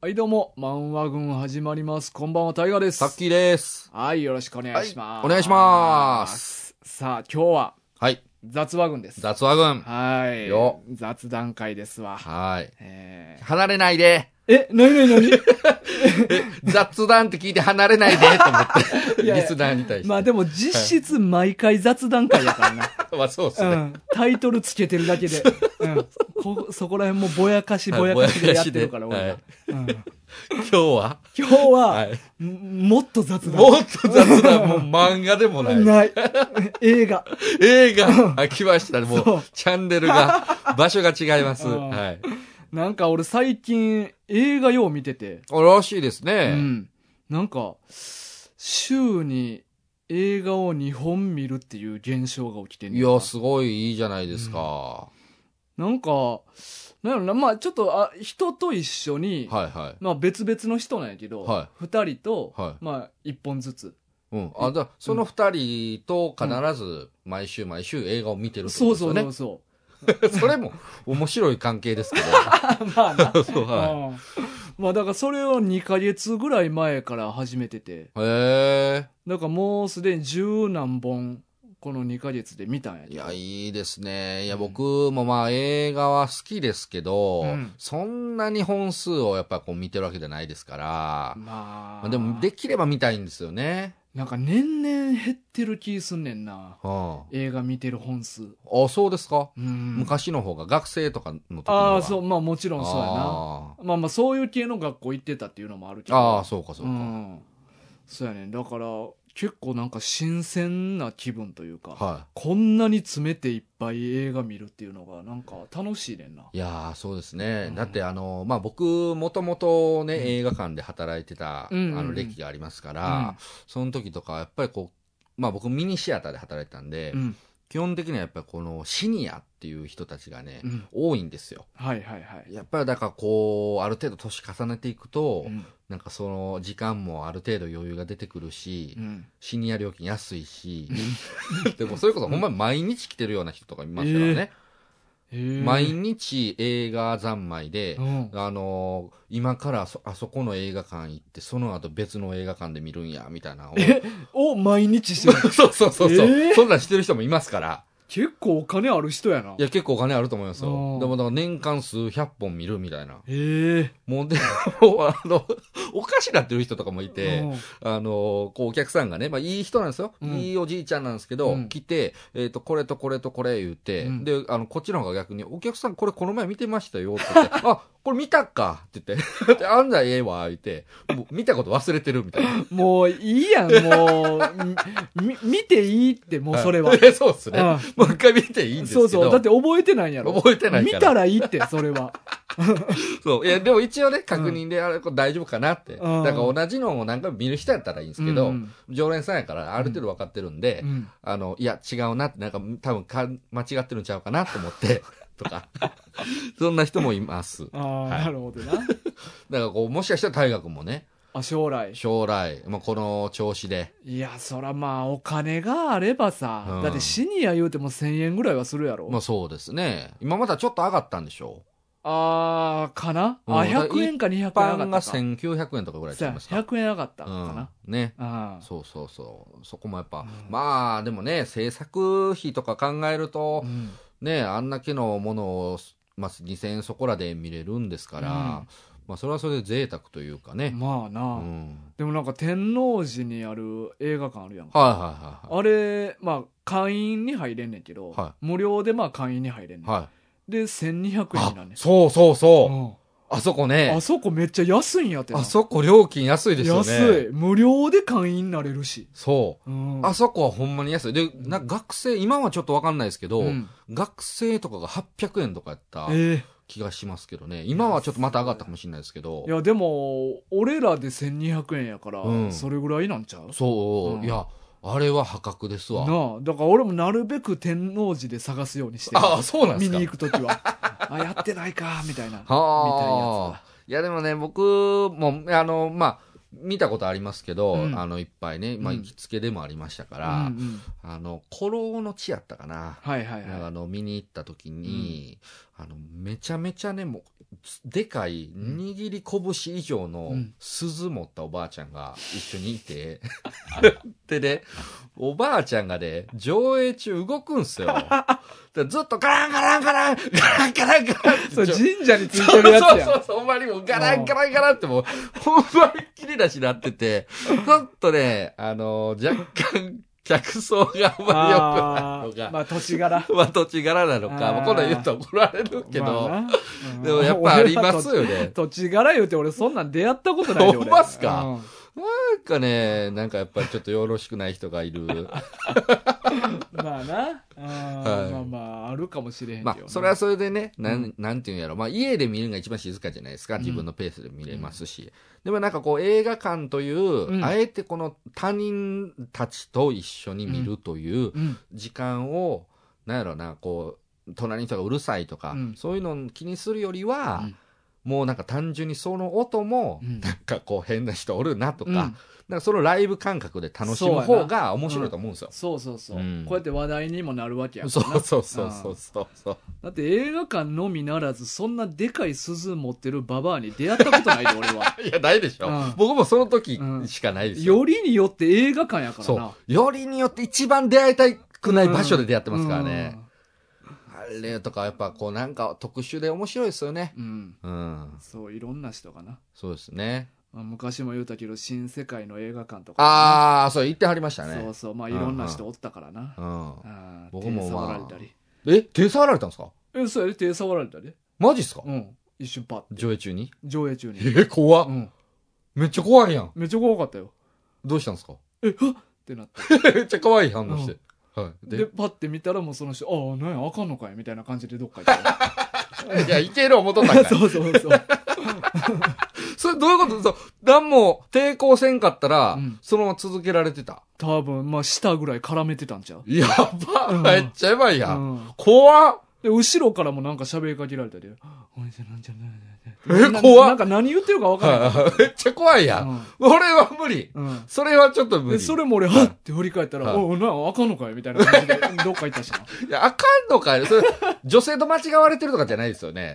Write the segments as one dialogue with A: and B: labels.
A: はい、どうも、漫画軍始まります。こんばんは、タイガーです。
B: さっきーです。
A: はい、よろしくお願いします。
B: はいお願いします。
A: さあ、今日は
B: はい。
A: 雑話軍です。
B: 雑話軍。
A: はい。
B: よ
A: 雑談会ですわ。
B: はい。
A: え
B: 離れないで。
A: ー、え、なになになに
B: 雑談って聞いて離れ ないでと思って。
A: いやいや
B: リスナーに対して。
A: まあでも実質毎回雑談会やからな。
B: まあ そうですね。
A: うん、タイトルつけてるだけで、うん、こそこら辺もぼやかしぼやかしでやってるから、
B: ぼや
A: 俺ら
B: か
A: うん、
B: 今日は、
A: 今日は、
B: はい、
A: んもっと雑談
B: もっと雑談、もう漫画でもない。
A: ない映画
B: 映画、あ、来ましたね。もう
A: そう
B: チャンネルが、場所が違います。
A: うん
B: はい。
A: なんか俺最近映画よう見てて、
B: おらしいです
A: う
B: ね。
A: ん、なんか週に映画を2本見るっていう現象が起きてんね
B: い
A: んな
B: や、すごいいいじゃないですか。は
A: なんかなんやろなまあちょっとあ人と一緒
B: い
A: に、
B: は
A: まあ別々の人なんやけど、
B: は
A: 2人と、
B: はい
A: まあ1本ずつ
B: い。うん。あ、だからその二人と必ず毎週毎週映画を見てるってこと
A: そう
B: です
A: そ
B: よ
A: う
B: ね
A: そうそ
B: それも面白い関係ですけ
A: うまあな
B: ど。そうは
A: うんまあだからそれを2ヶ月ぐらい前から始めてて
B: い。へ
A: だからもうすでに十何本この2ヶ月で見たんや
B: え。
A: け
B: い
A: ど
B: や、いいですね。いや、
A: うん
B: 僕もまあ映画は好きですけど、
A: うん
B: そんなに本数をやっぱこう見てるわけじゃないですから、
A: ま
B: ま
A: あ
B: あ、でもできれば見たいんですよね。
A: なんか年々減ってる気すんねんな
B: うん。
A: 映画見てる本数
B: あ、そうですか、
A: うん
B: 昔の方が学生とかの時の方が
A: ああそうまあもちろんそうやな
B: あ
A: まあまあそういう系の学校行ってたっていうのもあるけ
B: ー
A: ど
B: あー、そうかそう
A: う
B: か。
A: んそうやねんだから結構なんか新鮮な気分というか、
B: は。
A: こんなに詰めていっぱい映画見るっていうのがなんか楽しいねんない
B: いやーそうですね、
A: うん
B: だってあの、まあ、僕もともとね、
A: うん
B: 映画館で働いてた、
A: うんうんうん
B: あの歴がありますから、その時とか、やっぱりこう、まあ僕ミニシアターで働いてたんで、
A: うん
B: 基本的にはやっぱりこのシニアっていう人たちがね、
A: うん
B: 多いんですよ。
A: はいはいはい、
B: やっぱりだからこう、ある程度年重ねていくと、
A: うん
B: なんかその時間もある程度余裕が出てくるし、
A: うん
B: シニア料金安いし、 でもそれこそほんまに毎日来てるような人とかいますからね。
A: へー
B: 毎日映画三昧で、
A: うん
B: あのー今からあそあそこの映画館行って、その後別の映画館で見るんや、みたいなのを
A: を毎日してる
B: そうそうそうそう、
A: えー
B: そんなんしてる人もいますから。
A: 結構お金ある人やない
B: や、結構お金あると思います
A: う
B: よ
A: ん。
B: でも、だから年間数百本見るみたいな。
A: へえ
B: もう、でも、あの、おかしなってる人とかもいて、
A: うん
B: あの、こう、お客さんがね、まあ、いい人なんですよ。
A: うん
B: いいおじいちゃんなんですけど、
A: うん
B: 来て、えっ、と、これとこれとこれ言って、
A: うん
B: で、あの、こっちの方が逆に、お客さんこれこの前見てましたよって 言って、あ、これ見たかって言って、であんなええわ、言って、もう見たこと忘れてるみたいな。
A: もういいや ん、もう。み見ていいって、もうそれは。
B: いや そうですね。
A: あ
B: もう一回見ていいんですけ
A: そ
B: ど。
A: うそう。だって覚えてないんやろ。
B: 覚えてないから
A: 見たらいいって、それは。
B: そう。いや、でも一応ね、確認で、あれ、これ大丈夫かなって。だ
A: うん
B: から同じのを何回も見る人やったらいいんですけ
A: う
B: ど、
A: ん
B: 常連さんやから、ある程度分かってるんで、
A: うん
B: あの、いや、違うなって、なんか、多分か、間違ってるんちゃうかなと思って、 とか。そんな人もいます。だか
A: ああ、
B: はい
A: なるほどな。
B: ら、こう、もしかしたら大学もね、
A: あ、将来。
B: 将来、まあ、この調子で、
A: いや、そらまあ、お金があればさ、
B: うん
A: だってシニア言うても1000円ぐらいはするやろ。
B: まあそうですね。今まだちょっと上がったんでしょ
A: ああ、かな、
B: うん
A: あ、
B: だから
A: 100円か200円上
B: う。
A: が
B: パ
A: った
B: ン
A: か。
B: が1900円とかぐらいち
A: そう
B: ゃい
A: や
B: ますか。
A: 100円上がったかな。
B: うん。ね。
A: あ
B: そうそうそう。そこもやっぱ、
A: うん
B: まあでもね、制作費とか考える
A: あ
B: と
A: う、ん
B: ね、あんだけのものを、まあ、2000円そこらで見れるんですから、
A: うん
B: まあそれはそれで贅沢というかね。
A: まあな、
B: うん
A: でもなんか天王寺にある映画館あるやんか
B: はいはいは
A: あれ、まあ、会員に入れんねんけど、
B: は
A: 無料でまあ会員に入れんねん。
B: い。はい。
A: で、1200円になんねん。
B: そうそうそう。
A: うん
B: あそこ
A: あ
B: ね。
A: そこめっちゃ安いんやってな。
B: あそこ料金安いですよね。
A: 安い。無料で会員になれるし。
B: そうう。
A: ん、
B: あそこはほんまに安い。で、な学生、今はちょっとわかんないですけど、
A: うん
B: 学生とかが800円とかやった
A: え
B: 気がしますけどね。今はちょっとまた上がったかもしれないですけど
A: えい。や、でも、俺らで1200円やから、
B: うん
A: それぐらいなんちゃう
B: そう、
A: うん
B: いや、あれは破格ですわ。
A: なあ。だから俺もなるべく天王寺で探すようにしてる。
B: ああ、そうなんで
A: 見
B: すか。
A: に行くときは。あ、やってないか、みたいな。みたいなやつ
B: は
A: だ
B: あ。いや、でもね、僕も、あの、まあ、見たことありますけど、
A: うん
B: あの、いっぱいね、まあ、
A: うん
B: 行きつけでもありましたから、
A: うんうん
B: あの、古老の地やったかな。
A: はいはいはい。
B: あの、見に行った時に、あの、めちゃめちゃね、もう、でかい、
A: ん
B: 握り拳以上の
A: うん
B: 鈴持ったおばあちゃんが一緒に いて、でね、おばあちゃんがね、上映中動くん すよ。でずっとガランガランガラン、ガランガランガランって
A: そう神社についてるやつやん
B: そうそうそう、ほんまにもうガランガランガランってもう、ほんまに綺麗なしになってて、ちょっとね、あの若干、客層があ
A: あ
B: んまり良くないの
A: ー
B: が、
A: まあ土地柄
B: まあ土地柄なの
A: あ
B: か、
A: ー
B: まあ、こんなん言うと怒られるけど、
A: まあなうん
B: でもやっぱありますよ
A: 俺は
B: ね。
A: 土地土地柄言うて俺そんなん出会ったことないで俺
B: ほんまっすか
A: うん
B: なんかね、なんかやっぱりちょっとよろしくない人がい る。
A: まあな、あー
B: はい
A: まあまああるかもしれへんけど
B: まあ
A: な、
B: それはそれでね、な
A: うん
B: ん、なんていうんやろ。まあ、家で見るのが一番静かじゃないですか。
A: うん
B: 自分のペースで見れますし。でもなんかこう、映画館という、
A: うん
B: あえてこの他人たちと一緒に見るという
A: うん
B: 時間を、なんやろな、こう、隣の人がうるさいとか、
A: うん
B: そういうのを気にするよりは、もうなんか単純にその音も、
A: うん
B: なんかこう変な人おるなとか、
A: うん
B: なんかそのライブ感覚で楽しむ
A: そうや
B: 方が面白いと思うんですよ。
A: そうそうそう、
B: うん
A: こうやって話題にもなるわけやか
B: そ
A: らな
B: うそうそうそうそうそう。
A: だって映画館のみならずそんなでかい鈴持ってるババアに出会ったことないで俺は
B: いや、ないでしょ。
A: うん
B: 僕もその時しかないですよ。
A: よりによって映画館やからな
B: そう。よりによって一番出会いたくない場所で出会ってますからね。あれとか、やっぱこうなんか特殊で面白いですよね。
A: うん、うん
B: うん。
A: そういろんな人がな
B: そうですね。
A: まあ昔も言うたけど新世界の映画館とかな
B: あー、そう言ってはりました
A: そ
B: ね
A: う。そうまあいろんな人おったからな、
B: うん。
A: あー
B: 僕も
A: 手
B: まあ
A: 触られたり
B: え、手触られたんですか
A: えそうやで手触られたで
B: マジっすか
A: うん一瞬パッ
B: 上映中に
A: 上映中に、
B: え、怖
A: う
B: っ
A: ん、
B: めっちゃ怖いやん。
A: めっちゃ怖かったよ
B: どうしたんですか
A: えはっってなって
B: めっちゃ可愛い反応して。はい。
A: で
B: で、
A: パッて見たらもうその人「ああなんやあかんのかい」みたいな感じでどっか 行っ
B: いや、いける思っとったんか
A: た
B: い
A: そうそうそう
B: それどういうことそう。何も抵抗せんかったら、
A: うん
B: そのまま続けられてた。
A: 多分まあ舌ぐらい絡めてたんちゃう
B: や
A: うん
B: ばめっちゃやばいや。
A: うんん、
B: 怖っ
A: で後ろからもなんか喋りかけられたで「おいじゃなんじゃなんじゃ
B: え
A: な
B: 怖っ
A: なんか何言ってるか分から
B: はい めっちゃ怖いやん。
A: ん
B: 俺は無理。
A: うん、うん
B: それはちょっと無
A: で
B: 理。
A: そ
B: れ
A: れも俺、はっって振り返ったら、
B: はい
A: おい、なん、あかんのかいみたいな感じで、どっか行ったしな。
B: いや、あかんのかい。それ、女性と間違われてるとかじゃないですよね。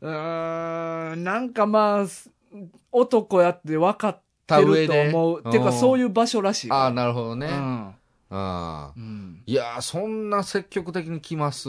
A: うーん、なんかまあ、す男やって分かって
B: 田植
A: る
B: え
A: と
B: で。
A: 思う。ていうか、そう
B: い
A: いう場所らしい。
B: ああ、なるほどね。
A: うん。
B: あー
A: うん。
B: いやー、そんな積極的に来ます。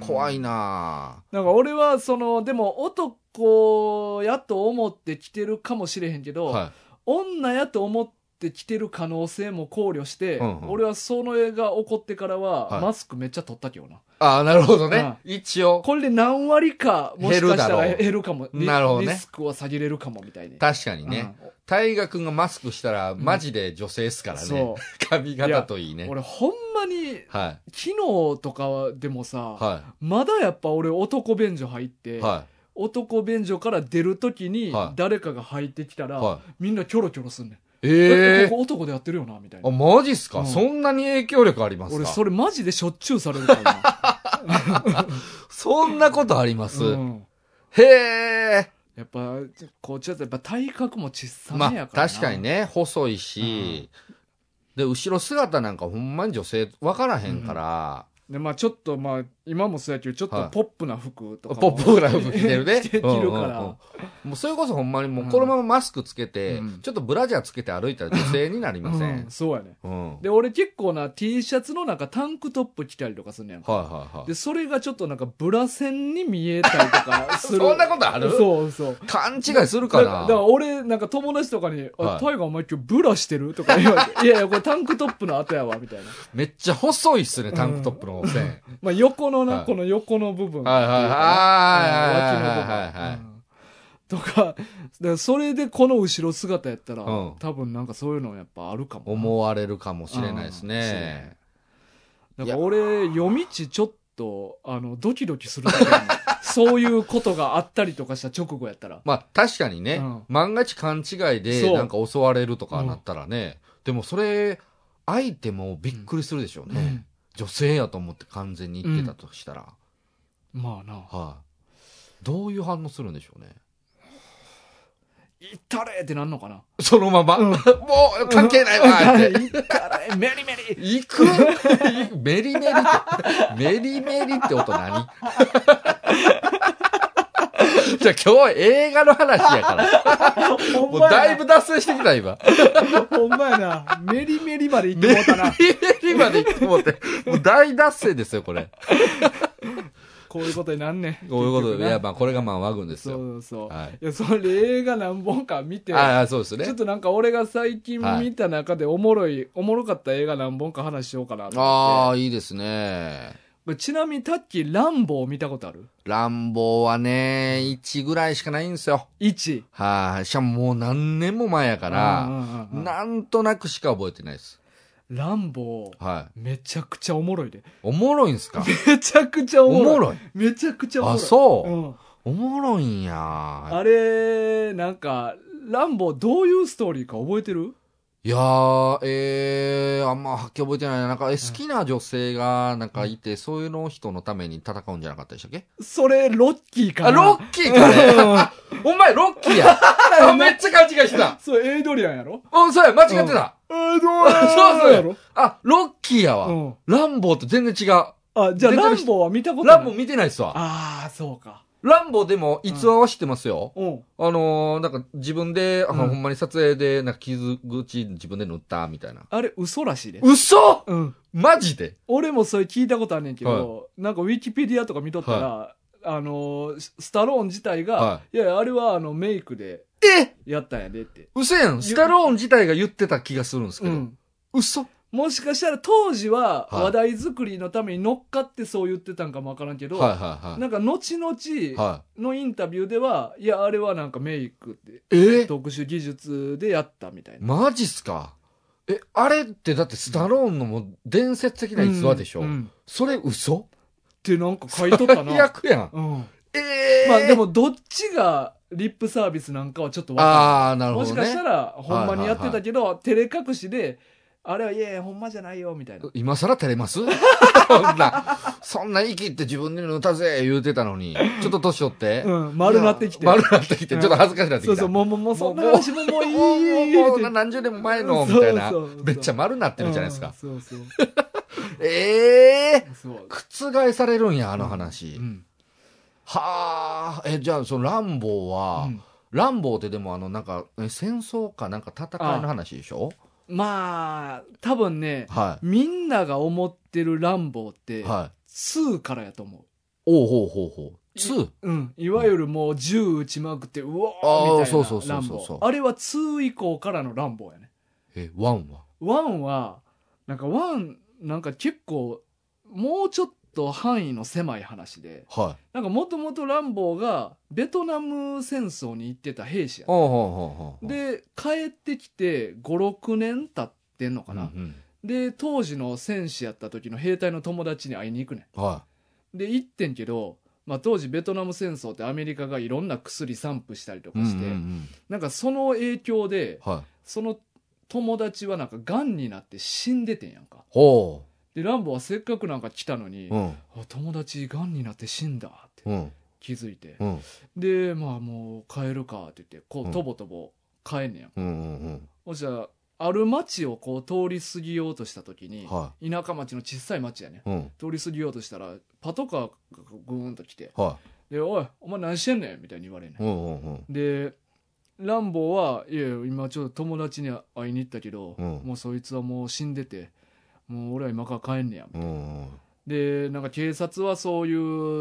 B: 怖いな
A: なんか俺は、その、でも男やと思って来てるかもしれへんけ
B: ー
A: ど、
B: は
A: 女やと思って来てる可能性も考慮して、
B: うんうん
A: 俺はその映画起こってからは、
B: はい
A: マスクめっちゃ取ったけどな。
B: い。ああ、なるほどね。一応。
A: これで何割か、もしかしたら
B: 減るだろう
A: 減るかも。リ
B: なるほどね
A: リスクは下げれるかも、みたいに。
B: 確かにね。大河君がマスクしたら、マジで女性ですか
A: うん。
B: らね。
A: そ。
B: 髪型といいうね。
A: 俺ほんまに、
B: は
A: 昨日とかはでもさ、
B: い。は
A: まだやっぱ俺男便所入っ
B: い。
A: て、
B: は
A: 男便所から出るときに
B: はい
A: 誰かが入ってきた
B: い。
A: ら、
B: はい。
A: みんなキョロキョロすんねん。
B: ええ
A: えここ男でやってるよなみたい
B: あ、
A: な。
B: マジっすか、
A: うん
B: そんなに影響力ありますか
A: 俺それマジでしょっちゅうされるから
B: そんなことありま
A: な。
B: す。
A: うん
B: へえ。
A: やっぱ、こうちょっとやっぱ体格も小さ
B: ま
A: めや
B: あ、
A: からな。
B: 確かに。ね、細いし、で、後ろ姿なんかほんまに女性分からへんから、
A: で、まあちょっとまあ、今もそうやけど、ちょっと
B: はい
A: ポップな服とかも。
B: ポップな服着てる ね。
A: 着て着るか
B: うんうんうん
A: ら。
B: もうそれこそほんまにもうこのままマスクつけて、
A: うん
B: ちょっとブラジャーつけて歩いたら女性になりませ
A: うんん。そうやね。
B: うん。はい
A: で、俺結構な T シャツの中タンクトップ着たりとかすんねやんか。
B: はいはい
A: で、。それがちょっとなんかブラ線に見えたりとかする。
B: そんなことある
A: そうそう。
B: 勘違いするか
A: だ
B: な
A: だから俺、なんか友達とかに、あ、
B: はい
A: タイガーお前今日ブラしてるとか言われて、いやいや、これタンクトップの後やわ、みたいな。
B: めっちゃ細いっすね、タンクトップの 線。
A: まあ横のな、
B: はい
A: この横の部分。
B: はいはいはい
A: はい。
B: はいはいはいはいはい
A: 脇の部分。うんとか、だからそれでこの後ろ姿やったら、
B: うん
A: 多分なんかそういうのやっぱあるかもな。
B: 思われるかもしれないです
A: うん知れない
B: ね。
A: なんか俺、夜道ちょっと、あの、ドキドキするだけやねんそういうことがあったりとかした直後やったら。
B: まあ確かにね、
A: うん
B: 万が一勘違い
A: そ
B: で
A: う
B: なんか襲われるとかなったらね、でもそれ、相手もびっくりするでしょうね。女性やと思って完全に言ってたとしたら、
A: まあな。
B: はい、どういう反応するんでしょうね。
A: いったれってなんのかな
B: そのまま、
A: うん
B: もう関係ないわって。
A: いったれメリメリ
B: 行く メリメリって、メリメリって音何 じゃあ今日映画の話や から。も
A: ほ
B: うん
A: まやな
B: だいぶ脱線してきた今。
A: ほんまやな。メリメリまで行ってもうたな。
B: メリメリまで行ってもって。もう大脱線ですよ、これ。
A: こういうことになんねん。
B: こういうこと
A: 結局
B: で。
A: ない
B: や、まあこれがまあワグンです
A: そ
B: よ。
A: うそう。
B: はい。
A: いや、それ映画何本か見て、
B: ああ、そうです
A: ちょっ
B: ね。
A: となんか俺が最近見た中でおもろい、おもろかった映画何本か話しようかなと
B: あ
A: 思っ
B: あ、いいですね。
A: て。ちなみにタッキー、ランボー見たことある
B: 乱暴はね、1ぐらいしかないんですよ。
A: ?1。
B: はい。しかももう何年も前やか
A: うん
B: ら、
A: うんうんうん
B: なんとなくしか覚えてないです。
A: ランボー、
B: はい。
A: めちゃくちゃおもろいで。
B: おもろいんすか
A: めちゃくちゃお
B: お
A: もろい。
B: もろい。
A: めちゃくちゃおもろ
B: あ、
A: い。
B: そう
A: ん。
B: う。おもろいんや。
A: あれ、なんか、ランボーどういうストーリーか覚えてる
B: いやー、えー、あんまはっきり覚えてないな。なんか、え好きな女性が、なんかいて、そういうの人のために戦うんじゃなかったでしたっけ
A: それ、ロッキーかな
B: あ、ロッキーか ね お前、ロッキーやあ めっちゃ勘違いしてた
A: そう、エイドリアンやろ
B: お、そうや、間違ってた
A: エイドリ
B: アンそうそう
A: やろ
B: あ、ロッキーやわ
A: うん。
B: ランボーと全然違う。
A: あ、じゃあ、
B: 出て
A: ラ
B: る
A: ン
B: 人
A: ボーは見たことない
B: ランボー見てないっすわ。
A: ああ、そうか。
B: ランボーでも、逸話は知ってますよ。
A: うん。
B: あのー、なんか、自分で、あの
A: うん
B: ほんまに撮影で、なんか、傷口自分で塗った、みたいな。
A: あれ、嘘らしいで。
B: 嘘
A: うん。
B: マジで
A: 俺もそれ聞いたことあんねんけど、なんか、ウィキペディアとか見とったら、あのー、ススタローン自体が
B: は、
A: いやいや、あれは、あの、メイクで
B: え
A: やったんやでって。
B: 嘘やんスタローン自体が言ってた気がするんですけ
A: う
B: ど。
A: ん。
B: 嘘
A: もしかしたら、当時は、
B: はい
A: 話題作りのために乗っかってそう言ってたんかもわからんけど、
B: はいはいは
A: なんか、後
B: い。
A: 々
B: は
A: のインタビューでは、いや、あれはなんかメイクって、
B: い。え
A: 特殊技術でやったみたいな。
B: マジっすかえ、あれってだってスタローンのもう伝説的な逸話でしょ、
A: うんうんっ
B: それ嘘
A: てなんか書いとったな。
B: 最悪やん。
A: うん。
B: ええ
A: まあでもどっちがリップサービスなんかはちょっとわか
B: ああ、なんる
A: ない。
B: ほ
A: も
B: ど
A: しか
B: ね。
A: したらほんまにやってたけど、照れ隠しで、あれはいやいや、ほんまじゃないよ、みたいな。
B: 今更照 れますそんな、そんな息って自分で塗ったぜ言うてたのに、ちょっと年取って。
A: うん、丸なってきて。
B: 丸なってきて、ちょっと恥ずかしくなっ
A: そ
B: てきた。
A: うそう、もうもうもうそんな
B: もう
A: 話もうもういい。
B: もうもうもう何十年も前の、みたいな
A: そうそうそう。
B: めっちゃ丸なってるじゃないですか。
A: うんそうそう。
B: ええ
A: そう。
B: 覆されるんや、あの話。
A: うん
B: はあ、え、じゃあ、その、ランボーは、
A: うん
B: ランボーってでも、あの、なんか、え戦争かなんか戦いの話でしょ
A: まあ、多分ね、
B: は
A: みんなが思ってる乱暴って
B: い。、はい。
A: 2からやと思う。
B: おうほうほうほう。ツー
A: うん、いわゆるもう銃撃ちまくってうわ
B: あー
A: ーみた
B: そうそ
A: い
B: うそうそ
A: な
B: う
A: 乱
B: そう
A: 暴あれは2以降からの乱暴やね
B: え、ワンは
A: 1はなんか1なんか結構もうちょっと範囲の狭い話で
B: はい。
A: なんかもともと乱暴がベトナム戦争に行ってた兵士やね
B: おうほうほうほうほう。、
A: で帰ってきて56年経ってんのか
B: うんう
A: な、
B: ん。
A: で当時の戦士やった時の兵隊の友達に会いに行くねん
B: は
A: で行ってんけど、まあ、当時ベトナム戦争ってアメリカがいろんな薬散布したりと
B: い。
A: かして、
B: うんうんうん
A: なんかその影響で
B: はい。
A: その友達はなんかがんになって死んでてんやんか
B: ほ
A: でランボはせっかくなんか来たのに、
B: う。うん。
A: あ友達がんになって死んだって
B: うん。
A: 気づいて、
B: うん。
A: でまあもう帰るかって言ってこ
B: うん
A: うとぼとぼ帰んねやん
B: うんうん
A: ほんじゃある町をこう通り過ぎようとした時
B: うん。
A: に、
B: は
A: 田舎町の小さい町やね
B: い。うん。
A: 通り過ぎようとしたらパトカーがグーンと来て
B: は
A: 「でおいお前何してんねん」みたいに言われんねん
B: い。うんうんうん。
A: でランボーは「いやいや今ちょっと友達に会いに行ったけど、
B: うん
A: もうそいつはもう死んでてもう俺は今から帰んねや」
B: うんうん。
A: でなんか警察はそうい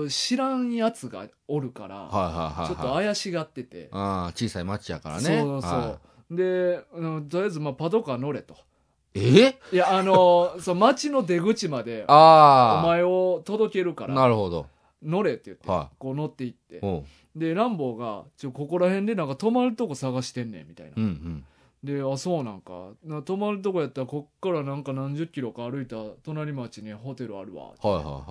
A: う知らんやつがおるから、
B: はいはいはいはい。
A: ちょっと怪しがってて、
B: ああ、小さい町やからね。
A: そうそう、
B: は
A: であのとりあえずまあパトカー乗れと
B: い、え
A: いやあのそう街の出口までお
B: あ
A: 前を届けるか
B: あ。な
A: ら
B: るほど。
A: 乗れって言って、
B: は
A: こう乗っていって
B: い。うん。
A: でランボーがちょ「ここら辺でなんか泊まるとこ探してんねん」みたいな
B: うんうん。
A: で、あ、そうなんか。な泊まるとこやったら、こっからなんか何十キロか歩いた隣町にホテルあるわ。
B: はいはいは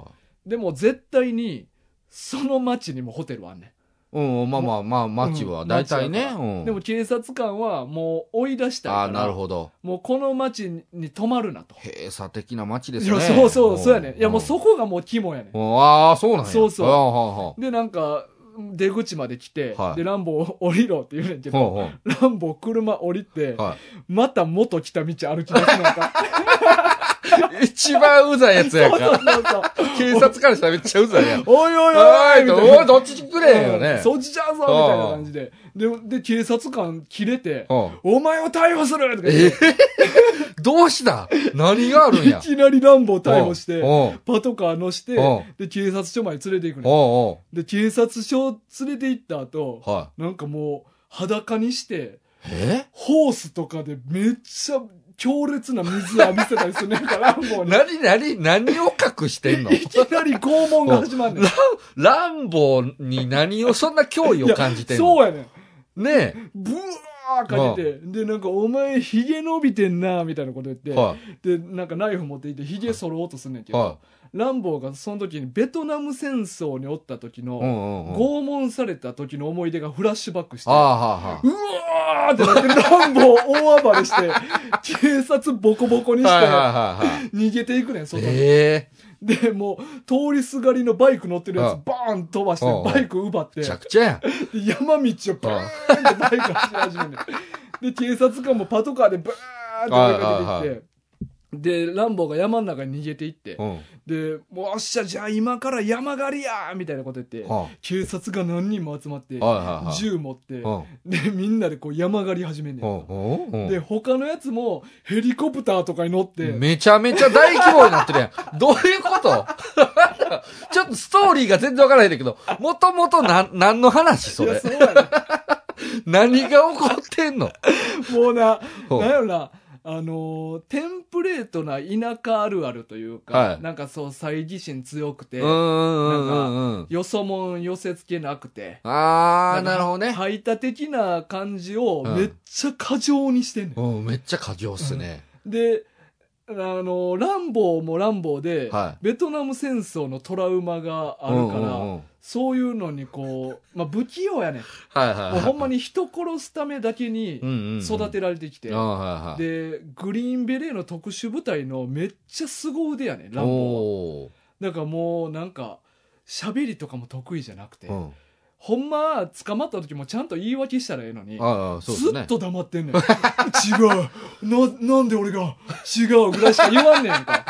B: い。
A: でも絶対に、その町にもホテルあんね
B: うん、まあまあまあ、町は、
A: うん
B: 大体ね。
A: 町や。
B: うんん。
A: でも警察官はもう追い出したい
B: あ
A: か
B: あ、
A: ら、
B: なるほど。
A: もうこの町に泊まるなと。
B: 閉鎖的な町で
A: い
B: すね。
A: や、そうそう、そうやね。いや、もうそ
B: こ。
A: こがもう肝やね
B: うんああ、そうなんや。
A: そうそう
B: ああはあは
A: で、なんか、出口まで来て、
B: はい
A: で、ランボー降りろって言うねんけど、
B: ほ
A: ランボー車降りて
B: う、ほう。は
A: また元来た道歩き出すなんか。
B: い。一番うざいやつやん
A: そう
B: か。
A: そうそう。
B: 警察からしたらめっちゃうざいやん。
A: おいおい
B: お
A: おいみ
B: い
A: たい
B: お、
A: ない
B: どっちくれよね。
A: そっちじゃうぞみたいな感じで。で、で、警察官切れて、
B: ほう
A: お前を逮捕するとか言
B: え
A: って
B: ー どうした何が あるんや
A: い。きなりランボー逮捕し
B: うん
A: て、
B: うん
A: パトカー乗して
B: おう、
A: で、警察署まで連れて行くねん。
B: おう
A: で、警察署連れて行った後
B: お、うは
A: なんかもう、裸にして、
B: い。え
A: ホースとかでめっちゃ強烈な水浴びせたりするねんか、ランボーに。
B: 何何何を隠し てんの
A: いきなり拷問が始まんねん。
B: ランボーに何を、そんな脅威を感じてんの
A: そうやねん。
B: ね
A: ブワーかけて、で、なんか、お前、ヒゲ伸びてんな、みたいなこと言って、
B: え。は
A: で、なんかナイフ持っていて、ヒゲ剃ろうとすんねんけ
B: い。
A: ど、
B: は
A: ランボーがその時にベトナム戦争におった時
B: い。うん
A: の、
B: うんうん。
A: 拷問された時の思い出がフラッシュバックして、
B: ああ、はあ、は
A: うわーってなって、ランボー大暴れして、警察ボコボコに
B: あ。は
A: し
B: いはい
A: て、
B: はい はい。
A: 逃げていくねん、外に。
B: え
A: で、もう、通りすがりのバイク乗ってるや
B: う
A: つ、バーン飛ばし
B: うん
A: て、バイク奪って、
B: え。めちゃ
A: で
B: くちゃやん。
A: 山道をバーンってバイク走り始める。で、警察官もパトカーでバーンって追いかけていって、で、ランボーが山の中に逃げていって
B: う、ん。
A: で、もう、おっしゃ、じゃあ今から山狩りやーみたいなこと言って、
B: は
A: 警察が何人も集まって
B: い、はいはい。
A: 銃持って
B: う、ん。
A: で、みんなでこう山狩り始めんねん。
B: うんうんうん
A: で、他のやつもヘリコプターとかに乗って、
B: めちゃめちゃ大規模になってるやん。 どういうことちょっとストーリーが全然わからへんだけど、もともとなん、何の話そ
A: いや、
B: れ
A: そうやね
B: 何が起こってんの
A: もうな、
B: うん
A: なんやろな、あのーテンプレートな田舎あるあるというか、
B: はい
A: なんかそう、猜疑心強くて、
B: うんうんうんうん。
A: よそもん寄せ付けなくて、
B: あー、なるほどね。
A: 排他的な感じを
B: うん
A: めっちゃ過剰にしてんねん。
B: うん、めっちゃ過剰っすね。
A: で、あのーランボーもランボーで、
B: は
A: ベトナム戦争のトラウマがあ
B: う
A: る
B: んう
A: から、
B: んうん
A: そういうのにこう、まあ、不器用やねん。
B: はいはい
A: も
B: は
A: う
B: い。
A: ほんまに人殺すためだけに育
B: 育
A: てられてきて、
B: ああはいはい。
A: でグリーンベレーの特殊部隊のめっちゃ凄腕やねランボーは
B: おー
A: だからもうなんか喋りとかも得意じゃなくて、
B: うん。
A: ほんまは捕まった時もちゃんと言い訳したらええのに
B: ああ、そうです
A: ず
B: ね。
A: っと黙ってん ねん違うななんで俺が違うぐらいしか言わんねんか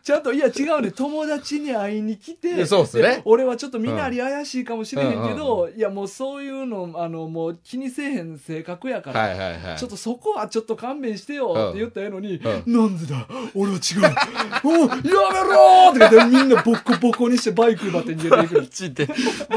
A: ちゃんといや違うね友達に会いに来
B: いや
A: て
B: そうっすね
A: で俺はちょっと身なり怪しいかもしれへんけ
B: うんうん
A: ど、いやもうそういうのあのもう気にせえへん性格やから、
B: はいはいはい。
A: ちょっとそこはちょっと勘弁してよって言ったらええのに、
B: う
A: なんでだ俺は違うおうや めろーって言ってみんなボッコボコにしてバイク奪って逃げていく
B: マジで、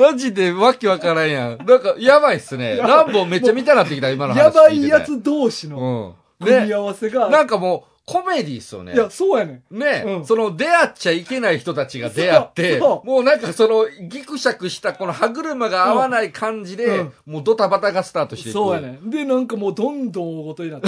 B: マジでわけわからんやん。なんか、やばいっすね。
A: やばい
B: ランボーめっちゃ見たなってきた、今の話。
A: やばいや。つ同士の
B: うん。
A: 組み
B: ね。
A: 合わせが、
B: なんかもう、コメディっすよね
A: い。やそうやねん
B: ね、
A: うん
B: その出会っちゃいけない人たちが出会っ
A: そ
B: て、
A: うそ
B: もうなんかそのギクシャクしたこの歯車が合わない感じで、
A: うん
B: もうドタバタがスタートしていく。
A: そうやねんでなんかもうどんどん大ごとにな って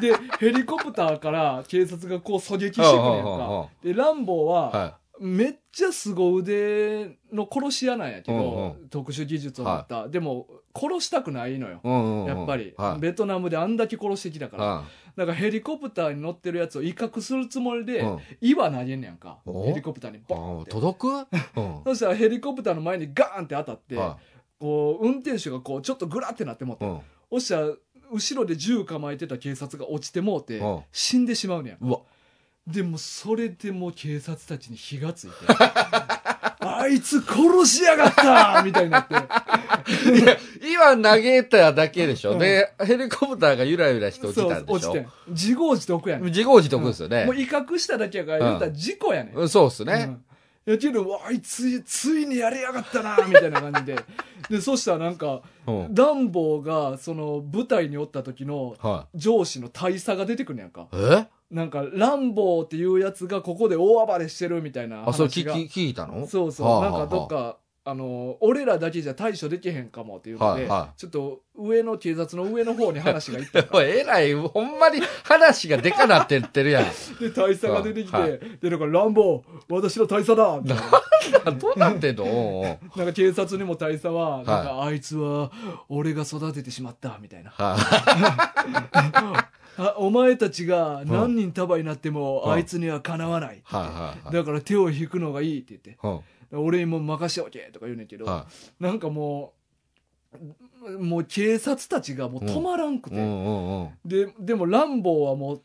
A: でヘリコプターから警察がこう狙撃してくるやん
B: うんうんうんうん
A: かでランボーは、
B: は
A: めっちゃ凄腕の殺し屋なんやけど、
B: う
A: 特殊技術を持った、でも殺したくないのよ
B: い。うんうんうん
A: やっぱり、
B: はい。
A: ベトナムであんだけ殺してきたから、なんかヘリコプターに乗ってるやつを威嚇するつもりで、
B: うんうん
A: 岩投げんねやんか
B: お
A: ヘリコプターにボン
B: あ
A: っ
B: ー
A: て
B: 届くうん。
A: そしたらヘリコプターの前にガーンって当たって、
B: は
A: こう運転手がこうちょっとグラってなってもっ
B: い
A: て、そしたら後ろで銃構えてた警察が落ちてもうて、
B: うん
A: 死んでしまうねやん
B: うん。うわ。
A: でもそれでもう警察たちに火がつい てあいつ殺しやがったみたいになって
B: いや、今投げただけでしょ。
A: うん
B: で、ヘリコプターがゆらゆらして落ちたんでし
A: そう落ち
B: ょ
A: て。ん自業自得やねん
B: 自業自得ですよね
A: もう。威嚇しただけやから、
B: うん
A: 言うたら事故やねん。
B: うんそうっすね。
A: うん。やけど、うわあいつ、ついにやりやがったな、みたいな感じで。 で、そしたらなんか、
B: うん
A: ダンボーが、その、舞台におった時の、
B: は
A: 上司の大佐が出てくるんやんか。
B: い。え
A: なんか、ランボーっていうやつがここで大暴れしてるみたいな話が。
B: あ、それ聞き、聞いたの
A: そうそう、
B: はあはあ
A: なんかどっか、あの、俺らだけじゃ対処できへんかもっていうので、
B: はいは
A: ちょっと上の警察の上の方に話がいっ たんか
B: おいえらい、ほんまに話がでかなってってるやん。
A: で、大佐が出てきて、
B: はい
A: で、なんか、ランボー、私の大佐だみたいな。
B: どうなっ てんのうんうん
A: なんか警察にも大佐は、なんかあいつは俺が育ててしまったみたいな。
B: は
A: あお前たちが何人束になってもあいつにはかなわない。
B: いはいはいはい
A: だから手を引くのがいいって言って。
B: うん。
A: 俺にもう任しておけとか言うねんけど、
B: は
A: なんかもう、もう警察たちがもう止まらんく
B: い。
A: て、
B: うんうんうん。はい。
A: で、でもランボーはもう、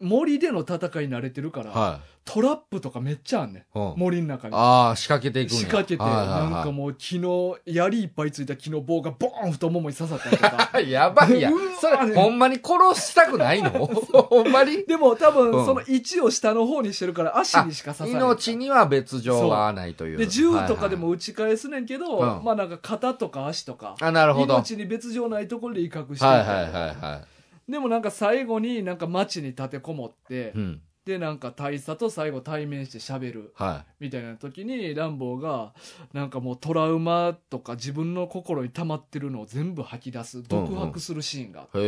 A: 森での戦いに慣れてるから、トラップとかめっちゃあんね
B: うん
A: ん。森の中に。
B: ああ、仕掛けていくんや
A: 仕掛けて、
B: はいはいは
A: ないんかもう木の、槍いっぱいついた木の棒がボーン太ももに刺さったりとか。
B: やばいや
A: うわ。
B: それ、ほんまに殺したくない のほんまに
A: でも多
B: うん
A: 分その位置を下の方にしてるから足にしか刺さない。
B: 命には別状はないという。
A: で、銃とかでも
B: はいはい
A: 打ち返すねんけど、
B: はいはいうん
A: まあなんか肩とか足とか、
B: あ、なるほど。はい
A: 命に別状ないところで威嚇して、
B: はいはいは
A: でもなんか最後になんか街に立てこもって
B: い。う、ん。
A: でなんか大佐と最後対面して喋る。
B: は
A: みたいな時にランボーがなんかもうトラウマとか自分の心に溜まってるのを全部吐き出す独白するシーンがあって
B: い。へ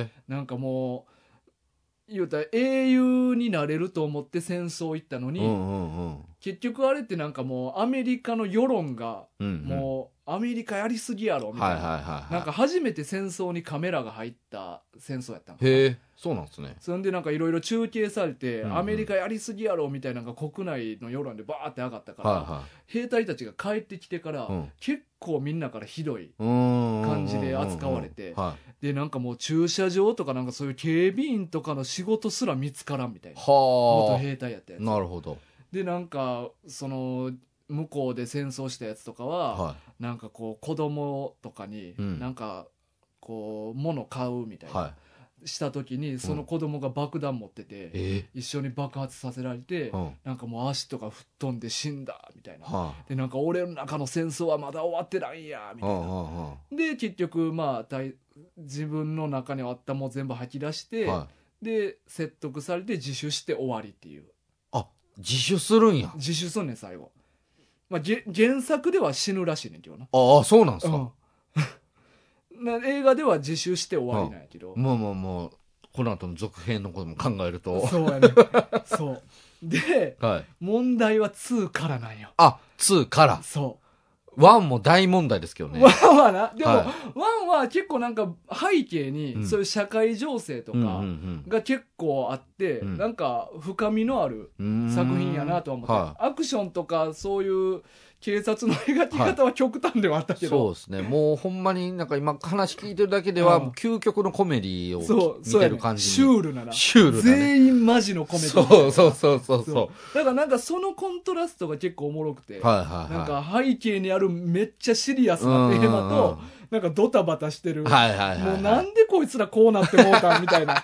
B: え。
A: なんかもう言うたら英雄になれると思って戦争行ったの
B: う
A: に、
B: んうんうん
A: 結局あれってなんかもうアメリカの世論が
B: うんうん。
A: もうアメリカやりすぎやろみたい
B: はい
A: な、
B: はいはいはい。
A: なんか初めて戦争にカメラが入った戦争やったんかな
B: へえ、そうなんですね。
A: そんでなんかいろいろ中継されて、
B: うんうん
A: アメリカやりすぎやろみたいなのが国内の世論でバーって上がったから、
B: は
A: 兵隊たちが帰ってきてから、
B: いはい。うん
A: 結構みんなからひどい
B: うん。
A: 感じで扱われて
B: は
A: でなんかもう駐車場とかなんかそういう警備員とかの仕事すら見つからんみたい
B: い。
A: な元
B: は
A: 兵隊やったや
B: あ。
A: つ
B: なるほど。
A: でなんかその向こうで戦争したやつとかは、
B: は
A: なんかこう子供とかに
B: うん
A: なんかこう物買うみた
B: い。
A: いな、
B: は
A: した時にその子供が爆弾持って
B: い。
A: て、
B: え
A: 一緒に爆発させられて、
B: え。うん。は
A: なんかもう足とか吹っ飛んで死んだみたいな、
B: あ。
A: でなんか俺の中の戦争はまだ終わってないんやみ
B: う
A: たい
B: ん
A: な
B: う、んうん。
A: で結局まあ大自分の中にあったもん全部吐き出して、
B: は
A: で説得されて自首して終わりっていう
B: い。自首するんや。
A: 自首すんねん最後、まあ、げ原作では死ぬらしいねんけどな
B: ああ、そうなんですか。
A: うん、 な映画では自首して終わりなんやけど、
B: もうもうもう、この後の続編のことも考えると。
A: そうやねそうで
B: はい。
A: 問題は2からなんよ
B: あ、2から。
A: そ
B: 1も大問題ですけど
A: う、
B: ね。
A: ワンはなでも、
B: はい
A: ワンは結構なんか背景
B: う
A: に
B: ん
A: そういう社会情勢と
B: うんうん
A: かが結構あって、
B: うん
A: なんか深みのある
B: うんうーん
A: 作品やなとは思って、
B: は
A: アクションとかそういう警察の描き方は極端ではあった
B: い。
A: けど、
B: そうですね。もうほんまになんか今話聞いてるだけでは、
A: うん
B: 究極のコメディを
A: そう
B: 見
A: そう
B: て
A: や
B: る
A: ね
B: 感じに。
A: シュールなな
B: シュールだね。
A: 全員マジのコメディ
B: そうそうそうそ
A: そ
B: うそう
A: だからなんかそのコントラストが結構おもろくて、
B: う。はいはいはい。
A: なんか背景にあるめっちゃシリアスなテーマと、なんかドタバタしてる、
B: うんうんうん、はいはいはいはい。
A: もうなんでこいつらこうなってもうたんみたい な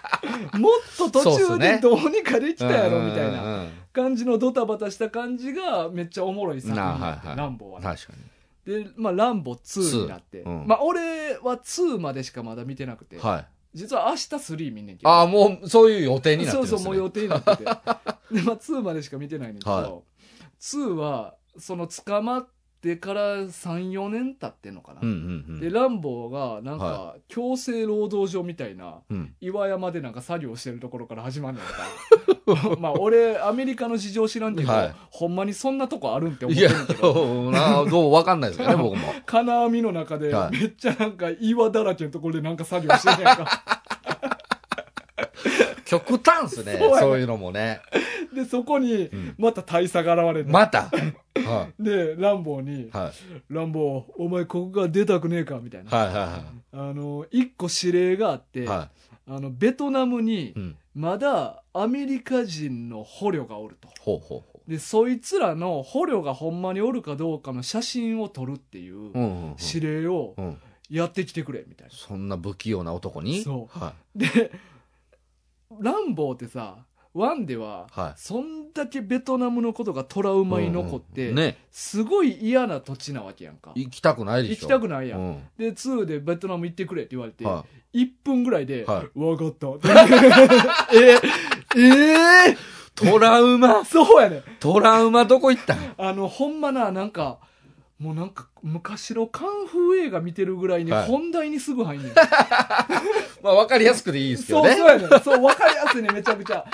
A: もっと途
B: そうっす
A: 中
B: ね
A: でどうにかできたやろみたい
B: うんう
A: なん感じのドタバタした感じがめっちゃおもろい作品になって
B: なはいはい
A: ランボー
B: う
A: は
B: ん。
A: ね
B: 確か
A: で、まあ、ランボ2になって、
B: 2うん
A: まあ、俺は2までしかまだ見てなくて、
B: に。はい。
A: 実は明日3見んねんけど、
B: ああ、もうそういう予定になっ
A: そ
B: てるん
A: う
B: です
A: そう、
B: ね。
A: もう予定にな ってて、でまあ、2までしか見てないねんけど、
B: は
A: 2は、その捕まってから3、4年経ってんのかな。
B: うんうんう
A: で、
B: ん。
A: ランボーが、なんか
B: は、
A: 強制労働所みたいな、
B: うん、
A: 岩山でなんか作業してるところから始まんねん か。まあ、俺、アメリカの事情知らんけど、
B: はい
A: ほんまにそんなとこあるんって思っ
B: い
A: て
B: や
A: るんけ、ど。
B: どうなどうわかんないですけどね、僕も。
A: 金網の中で、
B: はい
A: めっちゃなんか岩だらけのところでなんか作業してるやんか。
B: 極端っすね、
A: そうや
B: そう
A: ね
B: いうのもね。
A: で、そこに
B: うん、
A: また大佐が現れる、
B: また。は
A: で、ランボーに
B: い。、はい。
A: ランボー、お前ここが出たくねえかみたいな。
B: はいは
A: あの、一個指令があっ
B: い
A: て、
B: は
A: あの、ベトナムに
B: い。う、ん。
A: まだアメリカ人の捕虜がおると。
B: ほうほうほ
A: で、そいつらの捕虜がほんまにおるかどうかの写真を撮るっていう
B: う。うんうん
A: 指令を
B: うん。うん。
A: やってきてくれ、みたいな。
B: そんな不器用な男に。。
A: そう
B: は
A: で、ランボーってさ、ワンでは、
B: はい
A: そんだけベトナムのことがトラウ
B: い。
A: マに残って、
B: うんうんね。
A: すごい嫌な土地なわけやんか。
B: 行きたくないでし
A: 行
B: ょ。
A: きた
B: な
A: くない
B: い
A: やん。
B: うん。
A: で、2でベトナム行ってくれって言われて、
B: は
A: 1分ぐらいで、
B: は
A: わかった。 え、ええ
B: い。トラウマ。
A: そうやね。
B: トラウマどこ行ったん
A: あの、ほんまな、なんか、もうなんか、昔のカンフー映画見てるぐらいに、
B: はい
A: 本題にすぐ入んねん。
B: まあ、わかりやすくでいいですけ
A: そ
B: ど
A: う、
B: ね。
A: そうやねん。そう、わかりやすいね、めちゃくちゃ。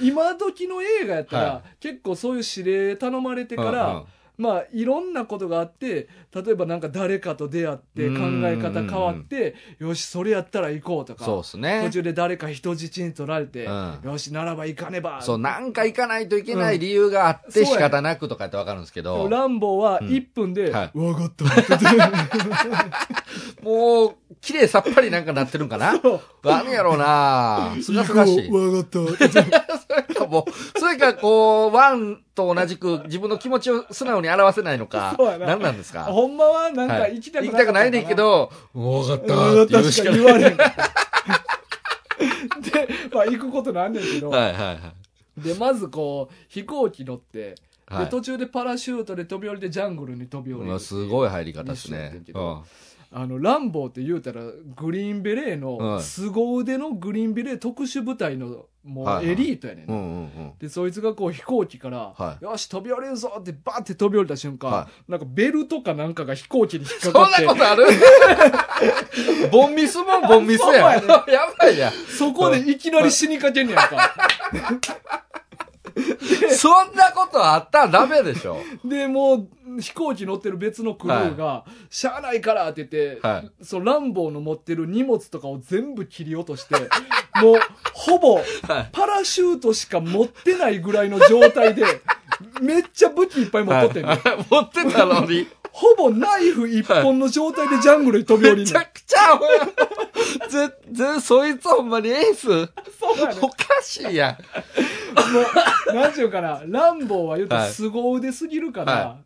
A: 今時の映画やったら、
B: は
A: 結構そういう指令頼まれてから、
B: うんうん
A: まあいろんなことがあって例えばなんか誰かと出会って
B: う
A: 考
B: ん
A: え方変わってよしそれやったら行こうとか
B: そうっすね
A: 途中で誰か人質に取られて、
B: うん
A: よしならば行かねば
B: そう、なんか行かないといけない理由があっ
A: う
B: て
A: んそう
B: 仕
A: やね
B: 方なくとかやってわかるんですけ
A: で
B: ど、
A: もランボーは
B: うん
A: 1分で「
B: は
A: わかった」 って
B: もう、綺麗さっぱりなんかなってるんかな
A: そう
B: 何やろうなすがすが しい。
A: わかった」
B: それかもう、それかこう、ワンと同じく自分の気持ちを素直に表せないのか
A: そうや、な
B: 何なんですか
A: ほんまはなんか
B: はい
A: 行きたく
B: 行きたくない
A: で
B: ねんけど、分かった
A: わか
B: ー
A: っ
B: って
A: た
B: 言う
A: し
B: し
A: か
B: かない。
A: 言われへん でまあ行くことなんねんけど、
B: はいはいはい。
A: でまずこう飛行機乗って、
B: は
A: で
B: い
A: 途中でパラシュートで飛び降りてジャングルに飛び降り
B: う
A: る
B: わすごい入り方です
A: ミッションやって
B: ね
A: ん。け
B: う
A: ど
B: ん
A: あのランボーって言うたらグリーンベレー
B: は
A: の
B: い
A: 凄腕のグリーンベレー特殊部隊のも
B: は
A: う
B: いはい
A: エリートやねんな、
B: うんうんうん。
A: でそいつがこう飛行機から、
B: はい
A: よし飛び降りるぞってバーって飛び降りた瞬間、
B: は
A: なんかベルトかなんかが飛行機に引っ
B: そ
A: か
B: ん
A: かって
B: なことある ボンミスもボンミスやん。や
A: そうや
B: ばいやん。
A: そこでいきなり死にかけんねやんか。
B: そんなことあったらダメでしょ。
A: で、もう、飛行機乗ってる別のクルーが、しゃあないからって言って、
B: はい
A: そのランボーの持ってる荷物とかを全部切り落として、もう、ほぼ、
B: はい
A: パラシュートしか持ってないぐらいの状態で、めっちゃ武器いっぱい持っとってんねん、
B: 持ってたのに。
A: ほぼナイフ一本の状態でジャングルに飛び降り
B: め
A: る
B: ちゃくちゃアホやん。ぜ、ぜ、そいつほんまにエース
A: そうやねん
B: おかしいや
A: も
B: ん。
A: う、なんちゅうかな、ランボーは言うと
B: はい
A: 凄腕すぎるから、
B: は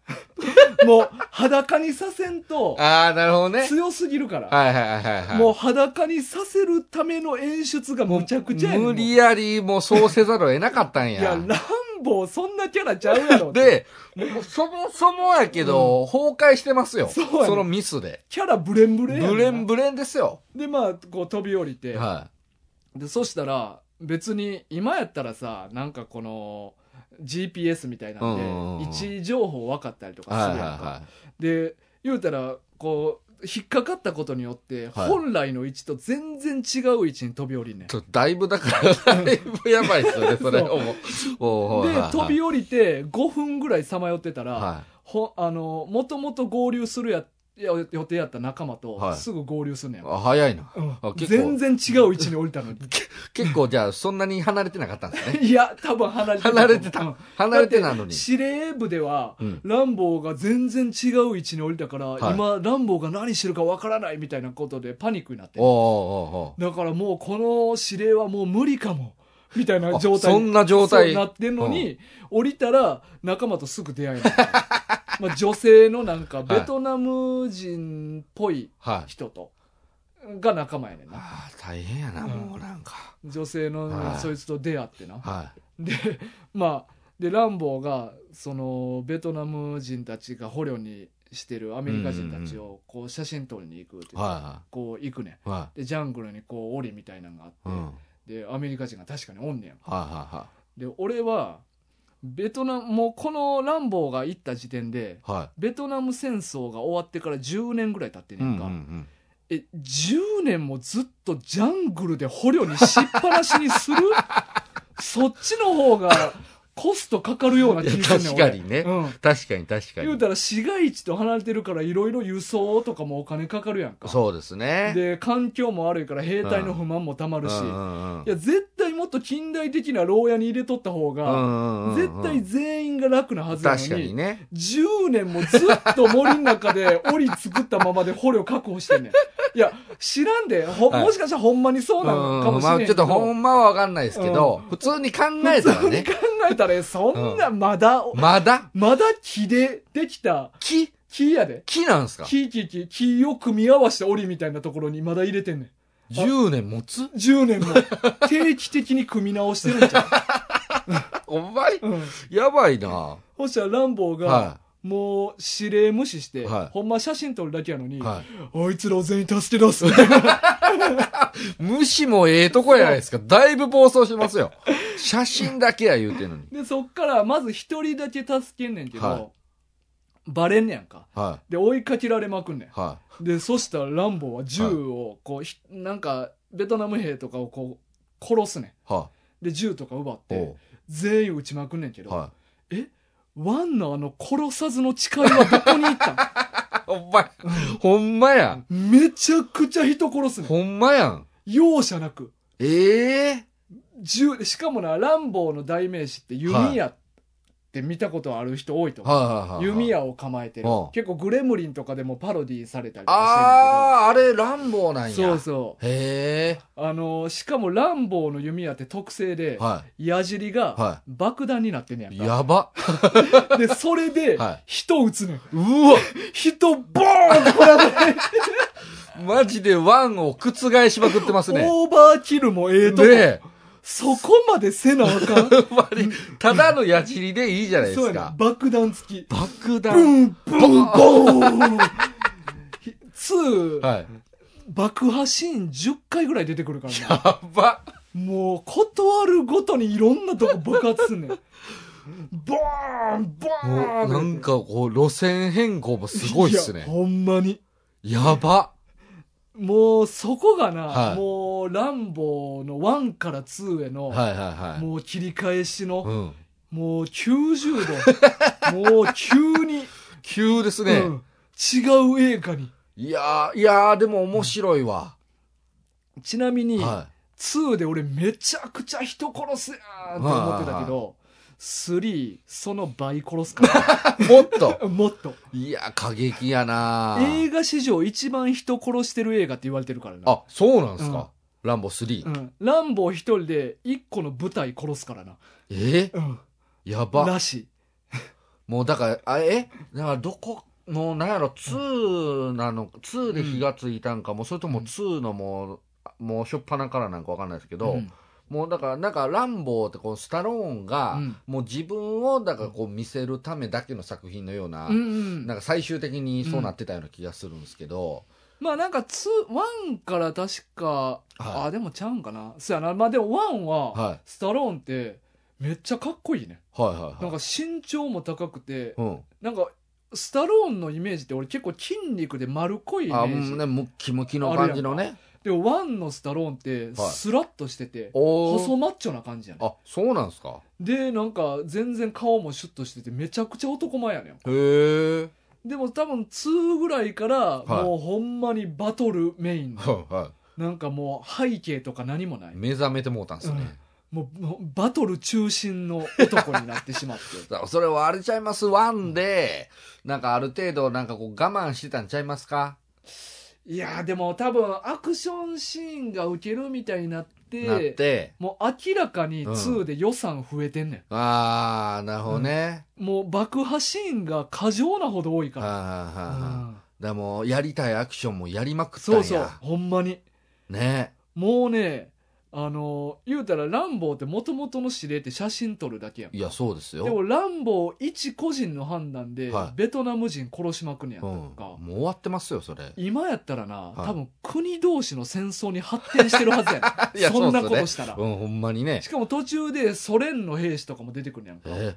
A: もう裸にさせんと、
B: ああ、なるほどね。
A: 強すぎるから、
B: はいはいはいはいはい。
A: もう裸にさせるための演出がむちゃくちゃやねん
B: 無理やり、もうそうせざるを得なかったん
A: いや、
B: や
A: ラ。ンボーそんなキャラちゃうやろ。
B: で、もうそもそもやけど、崩壊してますよ。
A: そうやね
B: そのミスで。
A: キャラブレンブレンやんな
B: ブレンブレンですよ。
A: で、まあ、こう飛び降りて、
B: は
A: で、そしたら、別に今やったらさ、なんかこの、GPS みたいなんで、
B: うんうんうん
A: 位置情報分かったりと
B: い。
A: か
B: はい
A: する
B: は
A: やん
B: い
A: か。
B: は
A: で言うたらこう引っかかったことによって、
B: はい
A: 本来の位置と全然違う位置に飛び降りんねん
B: い。ちょっとだいぶだから、だいぶやばいっすよね、それ。
A: そう
B: おもおう
A: で飛び
B: を。
A: 降りて5分ぐらいさまよってたら、
B: は
A: ほあのもともと合流するやや予定やった仲間と
B: はい
A: すぐ合流すんね
B: い
A: ん、
B: あ早いな。
A: うん
B: あ結
A: 全
B: 構
A: 然違う位置に降りたのに
B: 結構じゃあ、そんなに離れてなかったんですね。
A: いや多分離れてた
B: 離れてた
A: うん
B: 離れてなのに。
A: 司令部では、
B: うん
A: ランボーが全然違う位置に降りたから、
B: はい
A: 今ランボーが何してるかわからないみたいなことでパニックになってん
B: おうおうおうおう
A: だからもうこの指令はもう無理かも。みたいな状態
B: あそんな状態
A: そうなってんのに、降りたら仲間とすぐ出 会えない。まあ女性のなんかベトナム人っぽい
B: はい。
A: 人と、が仲間やねんな。
B: ああ、大変やな、もうなんか。
A: 女性
B: は
A: の
B: い
A: そいつと出会ってな。
B: は
A: で、まあ、で、ランボーが、その、ベトナム人たちが捕虜にしてるアメリカ人たちを、こう、写真撮りに行くって
B: い。
A: 言って
B: は
A: こう、行くねん。
B: い。は
A: で、ジャングルにこう、檻みたいなのがあって、
B: い。うん。はい
A: でアメリカ人が確かにおんねやんか
B: は
A: で俺はベトナムもうこのランボーが行った時点で
B: いはい。は
A: ベトナム戦争が終わってから10年ぐらい経ってん
B: い。う
A: ねん
B: んうん
A: か、
B: うん。
A: え10年もずっとジャングルで捕虜にしっぱなしに するそっちの方がコストかかるようない気
B: や
A: がする
B: 確か
A: ねん
B: にね。
A: 俺うん
B: 確かに確か
A: 言う
B: に。
A: たら市街地と離れてるからいろいろ輸送とかもお金かかるやんか
B: そうですね。
A: で環境も悪いから兵隊の不満もたま
B: うん
A: るし、
B: うんうん
A: いや絶対もっと近代的な牢屋に入れとった方
B: うんう
A: が、
B: んうんう
A: 絶
B: ん
A: 対全員が楽なはずなのに
B: 確かにね。
A: 10年もずっと森の中 で檻作ったままで捕虜確保してんねん。いや、知らんで、ほ
B: はい
A: もしかしたらほんまにそうなのかもしれ
B: ま
A: な
B: あ
A: い
B: ちょっとほんまはわかんないですけど、普通に考えたら
A: 普通に
B: ね
A: 考、えたらえ、そんなまだ、
B: まだ
A: まだ木でできた
B: 木
A: 木やで。
B: 木なんですか
A: 木、木、木、木を組み合わせた檻みたいなところにまだ入れてんねん。
B: ?10 年持 つ
A: 10年 も定期的に組み直してるんじゃ
B: お前、
A: う。うん。
B: やばいな。
A: そしたらランボーが、
B: は
A: もう指令無視して、
B: はい
A: ほんま写真撮るだけやのに、
B: い。はい。
A: あいつらを全員助け出 す。で
B: 無視もええとこやないですか。だいぶ暴走しますよ。写真だけや言うてんのに。
A: そっからまず一人だけ助けんねんけど、
B: はい
A: バレんねやんか。
B: は
A: で、追いかけられまくんね
B: い。は
A: ん。で、そしたらランボーは銃を、こう、ひなんか、ベトナム兵とかをこう、殺すね
B: い。は
A: ん。で、銃とか奪っ
B: い。
A: て、全員撃ちまくんねんけ
B: い。
A: ど、
B: は
A: ワンのあの殺さずの誓いはどこに行ったん
B: ほんまや。ほんまや。
A: めちゃくちゃ人殺すねん。
B: ほんまやん。
A: 容赦なく。
B: ええ
A: 銃、しかもな、ランボーの代名詞って弓矢って見たことある人多いと思う。
B: はいはいはいはい。
A: 弓矢を構えてる
B: うん。
A: 結構グレムリンとかでもパロディーされたりとか
B: ああ、あれ、ランボーなん
A: してるけ
B: や。
A: ど。そうそう。
B: へ
A: あのーしかもランボーの弓矢って特性
B: え。
A: で、
B: は
A: 矢尻
B: い。
A: が
B: は
A: 爆弾になってんねやん
B: い。
A: か
B: やば。
A: で、それで
B: はい、
A: 人撃つねん。
B: うわ
A: 人、ボーンってこられ て、
B: マジでワンを覆しまくってますね。
A: オーバーキルもええとこ、
B: ねえ。
A: そこまでせなあかん。
B: ほんまにただの矢尻でいいじゃないで
A: そうや
B: す
A: な
B: か。
A: 爆弾付き。
B: 爆
A: ブ
B: 弾。
A: ン、ブン、ボ ーン。ひ2、
B: はい。
A: 爆破シーン10回ぐらい出てくるからな。
B: やば。
A: もう、断るごとにいろんなとこ爆発すんねん。ボーン、ボーン
B: もうなんかこう、路線変更もすごいっす
A: や
B: ね。
A: ほんまに。
B: やば。
A: もう、そこがな、
B: はい
A: もう、ランボーの1から2への、
B: はいはいはい。
A: もう切り返しの、
B: うん。
A: もう90度、もう急に、
B: 急ですね。
A: うん違う映画に。
B: いやー、いやー、でも面白いわ。
A: ちなみに、
B: は
A: 2で俺めちゃくちゃ人殺すやーって思ってたけど、3、その倍殺すか
B: い。もっと。
A: ら、もっと。
B: いやー、過激やなー。
A: 映画史上一番人殺してる映画って言われてるからな。
B: あ、そうなんですか。ランボ3。
A: うん、ランボー一人で一個の舞台殺すからな。
B: えー
A: うん、
B: やば。
A: らしい。
B: もうだから、あえだからどこ、もうなんやろ、2なの、2で火がついたんかも、それとも2のもう、もうしょっぱなからなんかわかんないですけど、
A: うん
B: もうだから、なんか、ランボーって、このスタローンが、
A: うん
B: もう自分を、だからこう見せるためだけの作品のような、
A: うんうん
B: なんか最終的にそうなってたような気がするんですけど、
A: まあなんかツー1から確か、
B: はい
A: あでもちゃうんかなそうやなまあでも1は、
B: はい
A: スタローンってめっちゃかっこいいね
B: はいはい
A: なん
B: はい。
A: か身長も高くて
B: うん。
A: なんかスタローンのイメージって俺結構筋肉で丸っこいイメ
B: あ、
A: ージ
B: もうね、ムッキムキの感じのね。
A: でも1のスタローンってスラッとしてて、
B: お
A: 細
B: ー。
A: マッチョな感じやね
B: あ、そうなんですか
A: でなんか全然顔もシュッとしててめちゃくちゃ男前やねん
B: へえ。
A: でも多分2ぐらいから
B: はい
A: もうほんまにバトルメインの
B: はいは
A: なんかもう背景とか何もない
B: い。目覚めてもうたんですね。
A: もうもうバトル中心の男になってしまって
B: だからそれはあれちゃいますワンで、なんかある程度、なんかこう我慢してたんちゃいますか
A: いやーでも多分アクションシーンがウケるみたいになって
B: なって。
A: もう明らかに2で予算増えてんね
B: あー、なるほどね。
A: ん、もう爆破シーンが過剰なほど多い
B: は
A: か
B: いはい
A: ら、
B: はいはい。
A: うん
B: だからもうやりたいアクションもやりまくったん
A: そ
B: や
A: うそうほんまに
B: ね
A: もうねあのー言うたらランボーってもともとの指令って写真撮るだけやん
B: いやそうですよ
A: でもランボー一個人の判断で
B: はい
A: ベトナム人殺しまくんねやっ
B: う
A: た
B: ん、
A: と
B: も
A: か、
B: う終わってますよそれ
A: 今やったらな、
B: い、
A: 多分国同士の戦争に発展してるはずやな
B: いや
A: そんな
B: そうっ
A: こ
B: すね
A: としたら、
B: うんほんまにね
A: しかも途中でソ連の兵士とかも出てくるやんか、
B: え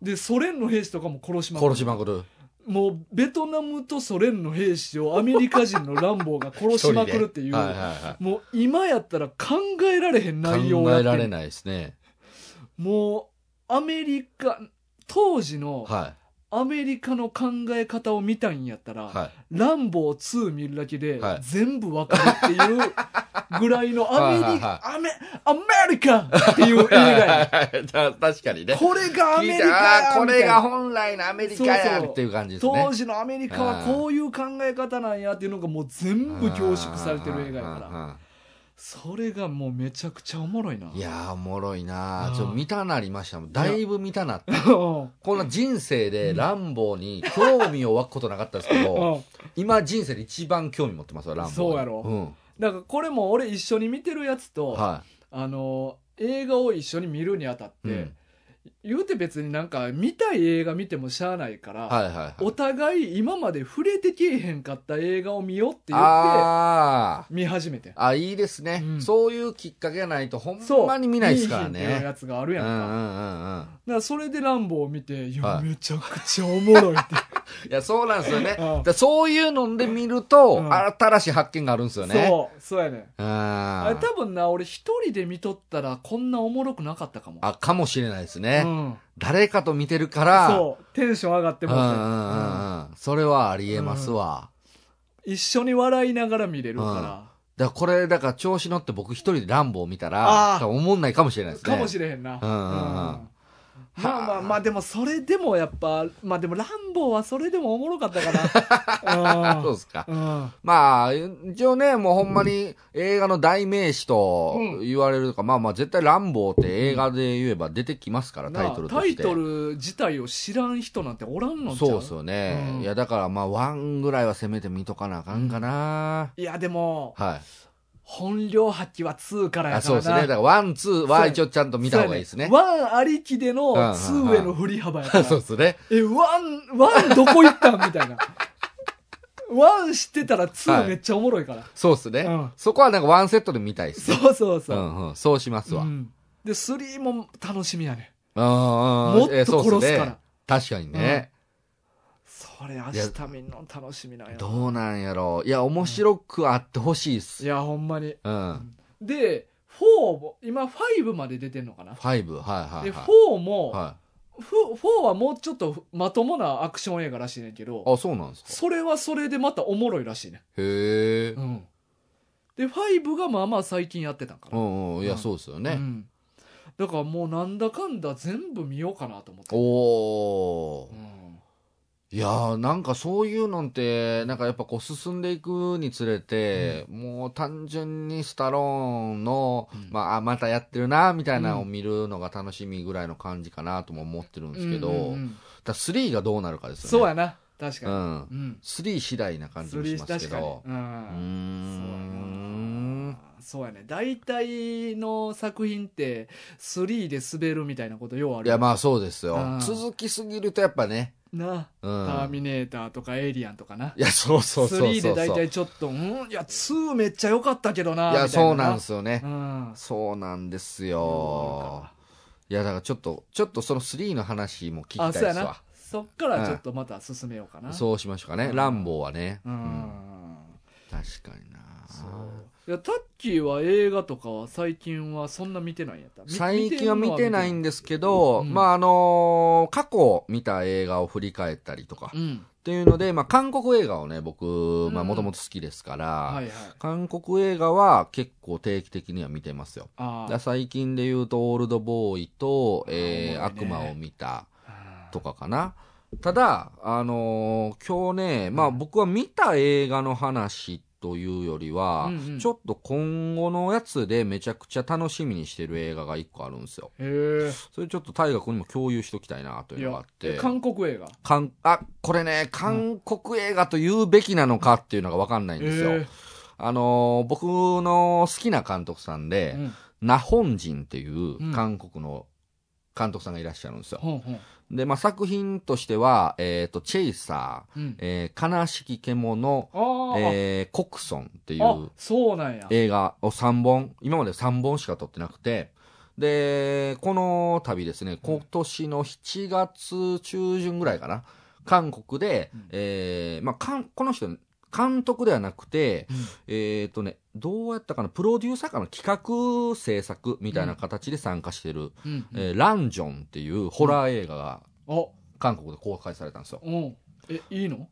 A: でソ連の兵士とかも殺し
B: うん、
A: まくる
B: 殺しまくる
A: もうベトナムとソ連の兵士をアメリカ人の乱暴が殺しまくるって いう、
B: はいはいはい
A: もう今やったら考えられへん内容を
B: 考
A: やっ
B: え
A: て
B: ら
A: る
B: れないですね
A: もうアメリカ当時の
B: は
A: アメリカの考え方を見たんやったら、
B: いは
A: ランボー2見るだけで
B: はい
A: 全部わかるっていうぐらいのアメリ
B: はいはいは
A: アメアメリカっていう映
B: い
A: 画 や
B: はい確かに
A: ね
B: ね
A: これがアメリカ
B: 聞いた
A: や
B: あーこれが
A: み
B: 本来のアメリカや
A: そうそう
B: っていう感じです
A: たいな
B: ね
A: 当時のアメリカはこういう考え方なんやっていうのがもう全部凝縮されてる映画や
B: うんう
A: か
B: ん
A: ら
B: うんうん
A: それがもうめちゃくちゃおもろいない
B: やーおもろいな
A: う
B: ー
A: ん
B: ちょっと見たなりましたもんだいぶ見たなっ て
A: うん
B: こんな人生でランボーに興味を湧くことなかったですけど
A: うん
B: 今人生で一番興味持ってますよランボーに
A: そうやろ
B: う
A: だからこれも俺一緒に見てるやつと、
B: んは
A: あの映画を一緒に見るにあたって、
B: い、うん
A: 言うて別になんか見たい映画見てもしゃあないから、
B: はいはいはい
A: お互い今まで触れてけえへんかった映画を見ようって言って
B: あー
A: 見始めて
B: あいいですね、
A: うん
B: そういうきっかけがないとほんまに見ないですから
A: 見えへんっていう
B: ね
A: やつがある
B: うん
A: や
B: うんんう
A: か,、だ
B: んうん
A: からそれで「ランボー」を見て「いや
B: はい
A: めちゃくちゃおもろい」って
B: いや、そうなんですよね。
A: うん
B: だそういうので見ると、
A: うん
B: 新しい発見があるんですよね。
A: そう、そうやねん。あ
B: あ
A: れ多分な、俺一人で見とったらこんなおもろくなかったかも。
B: あ、かもしれないですね。
A: うん。
B: 誰かと見てるから、
A: そう、テンション上がって
B: うん
A: も
B: う
A: うんて
B: うんうん。それはありえますわ。
A: うん一緒に笑いながら見れるか
B: だからこれ、だから調子乗って僕一人でランボー見た
A: あー
B: ら、多分思んないかもしれない
A: ら。
B: ですね。
A: かもしれへんな。
B: うんうんうん
A: うんまあまあまあ、でもそれでもやっぱ、まあでも、ランボーはそれでもおもろかったから。
B: あ そうですか。
A: うん。うん。
B: まあ、一応ね、もうほんまに映画の代名詞と
A: うん
B: 言われるとか、まあまあ絶対ランボーって映画で言えば出てきますから、タイトル
A: な
B: と
A: あタ
B: し
A: イ
B: て。
A: トル自体を知らん人なんておらんのちゃ
B: そうですよね。
A: うん
B: いや、だからまあ、ワンぐらいはせめて見とかなあかんかな。
A: いやでも、
B: はい。
A: 本領発揮は2からや
B: あ
A: か
B: そう
A: ら
B: です
A: な
B: ね。だから、ワン、ツーは一応ちゃんと見た方がいいですね。
A: そうやねワンありきでの
B: うんうんうん
A: 2への振り幅やから
B: そうですね。
A: えワンワンどこ行ったんみたいなワン知ってたら
B: は
A: 2
B: い
A: めっちゃおもろいから、
B: そうですね、
A: うん
B: そこはなんかワンセットで見たいですね。
A: そうそうそうう、
B: んうん。そうしますわ。
A: う
B: うん
A: ん、で3も楽しみやね
B: うんうん
A: もっと
B: えそうっすね
A: 殺すから
B: 確かにね、
A: それ明日見んの楽しみなんや
B: どうなんやろう。いや、面白くあってほしいっ
A: い
B: す。
A: やほんまに
B: うん。
A: で4も今5まで出てんのかな
B: ファイブ、はいはい
A: で
B: はい。
A: 4も、
B: は
A: フ4はもうちょっとまともなアクション映画らしいねんけ
B: い。
A: ど
B: あ、そうなんですか。
A: それはそれでまたおもろいらしいね
B: へえ。
A: うんで5がまあまあ最近やってたんか
B: う
A: な、
B: んうん。いうや、
A: ん
B: そうですよ
A: う
B: ね。
A: んだからもうなんだかんだ全部見ようかなと思って、
B: おー
A: う。ん
B: いやーなんかそういうのって、なんかやっぱこう進んでいくにつれて、もう単純にスタローンの、
A: うん
B: まああ、またやってるな、みたいなのを見るのが楽しみぐらいの感じかなとも思ってるんですけど、
A: うんうんうん
B: だ3がどうなるかです
A: そう
B: よね。
A: やな確か
B: う
A: に、
B: ん。
A: うん
B: 3次第な感じもしますけ
A: 確かに
B: ど。
A: う
B: うー
A: ん
B: ん。
A: そうやね大体の作品って3で滑るみたいなことようあ
B: い
A: る
B: や、まあそうですよ
A: うん。
B: 続きすぎるとやっぱね、
A: な、
B: う
A: ター
B: ん。
A: ミネーターとかエイリアンとかない
B: や、そうそうそうそうそう。
A: 3で大体ちょっとうんいや2めっちゃ良かったけどないみたい
B: や、
A: な
B: そうなんですすよね
A: う。ん
B: そうなんです
A: ようある
B: よ
A: か。
B: いや、だからちょっと、ちょっとその3の話も聞きた
A: あ
B: いで
A: そう
B: す
A: やな
B: わ。
A: そっからちょっとまた進めようかな、
B: そうしましょうかね。
A: うん
B: ランボーはね。
A: うん、
B: うん確かにな
A: そういやタッキーは映画とかは最近はそんな見てないんやったみ
B: 最近は見てないん
A: 見
B: ですけど、
A: うん
B: まあ、あのー過去見た映画を振り返ったりとか
A: て、るのは見てる
B: っていうので、まあ、韓国映画をね、僕、まあ、
A: うん
B: もともと好きですから、
A: うんはいはい
B: 韓国映画は結構定期的には見てますよ。
A: あ
B: だから
A: ー
B: 最近で言うと、オールドボーイと、えー
A: あーおもろいね
B: 悪魔を見た。
A: あ
B: とかかな。ただ、あのー今日ね、まあ
A: うん
B: 僕は見た映画の話というよりは、
A: うんうん
B: ちょっと今後のやつでめちゃくちゃ楽しみにしてる映画が一個あるんですよ。
A: ーへ
B: それちょっと大河君にも共有しときたいなと
A: えい
B: いうのがあ
A: や
B: っ
A: え
B: て。
A: 韓国映画
B: かんあ、これね、韓国映画と言うべきなのかっていうのがわかんないんですよ。
A: へえ
B: あのー僕の好きな監督さんで、
A: うん
B: ナホンジンってい
A: うん
B: う韓国の監督さんがいらっしゃるんですよ。
A: ほんほん
B: で、まあ、作品としては、えっ、と、チェイサー、
A: うん
B: えー、悲しき獣、
A: あー
B: えー、コクソンってい
A: あ
B: う
A: そうなんや
B: 映画を3本、今まで3本しか撮ってなくて、で、この度ですね、今年の7月中旬ぐらいかな、韓国で、
A: うん
B: えー、まあ、かん、この人、監督ではなくて、
A: うん
B: えっ、とね、どうやったかな、プロデューサーかの企画制作みたいな形で参加してる、
A: うん
B: えーランジョンっていうホラー映画が
A: あ
B: 韓国で公開されたんですよ。
A: うんえいいの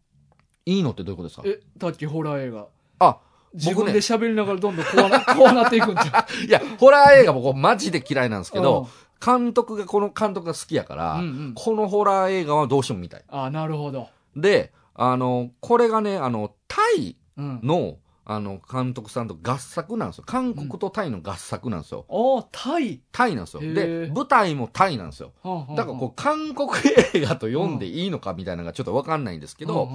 B: いいのってどういうことですか
A: えタッキーホラー映画
B: あ、
A: 自
B: 僕
A: 分
B: ね
A: で喋りながらどんどんこうな こうなっていくんじゃん
B: いや、ホラー映画僕マジで嫌いなんですけど、監督が、この監督が好きやから、
A: うんうん
B: このホラー映画はどうしても見たい。
A: あなるほど
B: で、あの、これがね、あの、タイ
A: うん
B: の、あの、監督さんと合作なんですよ。韓国とタイの合作なんですよ。
A: ああタイ
B: タイなんですよ。
A: へー
B: で、舞台もタイなんですよ。だ
A: だ
B: からこう、韓国映画と読んでいいのかみたいなのがちょっとわかんないんですけど、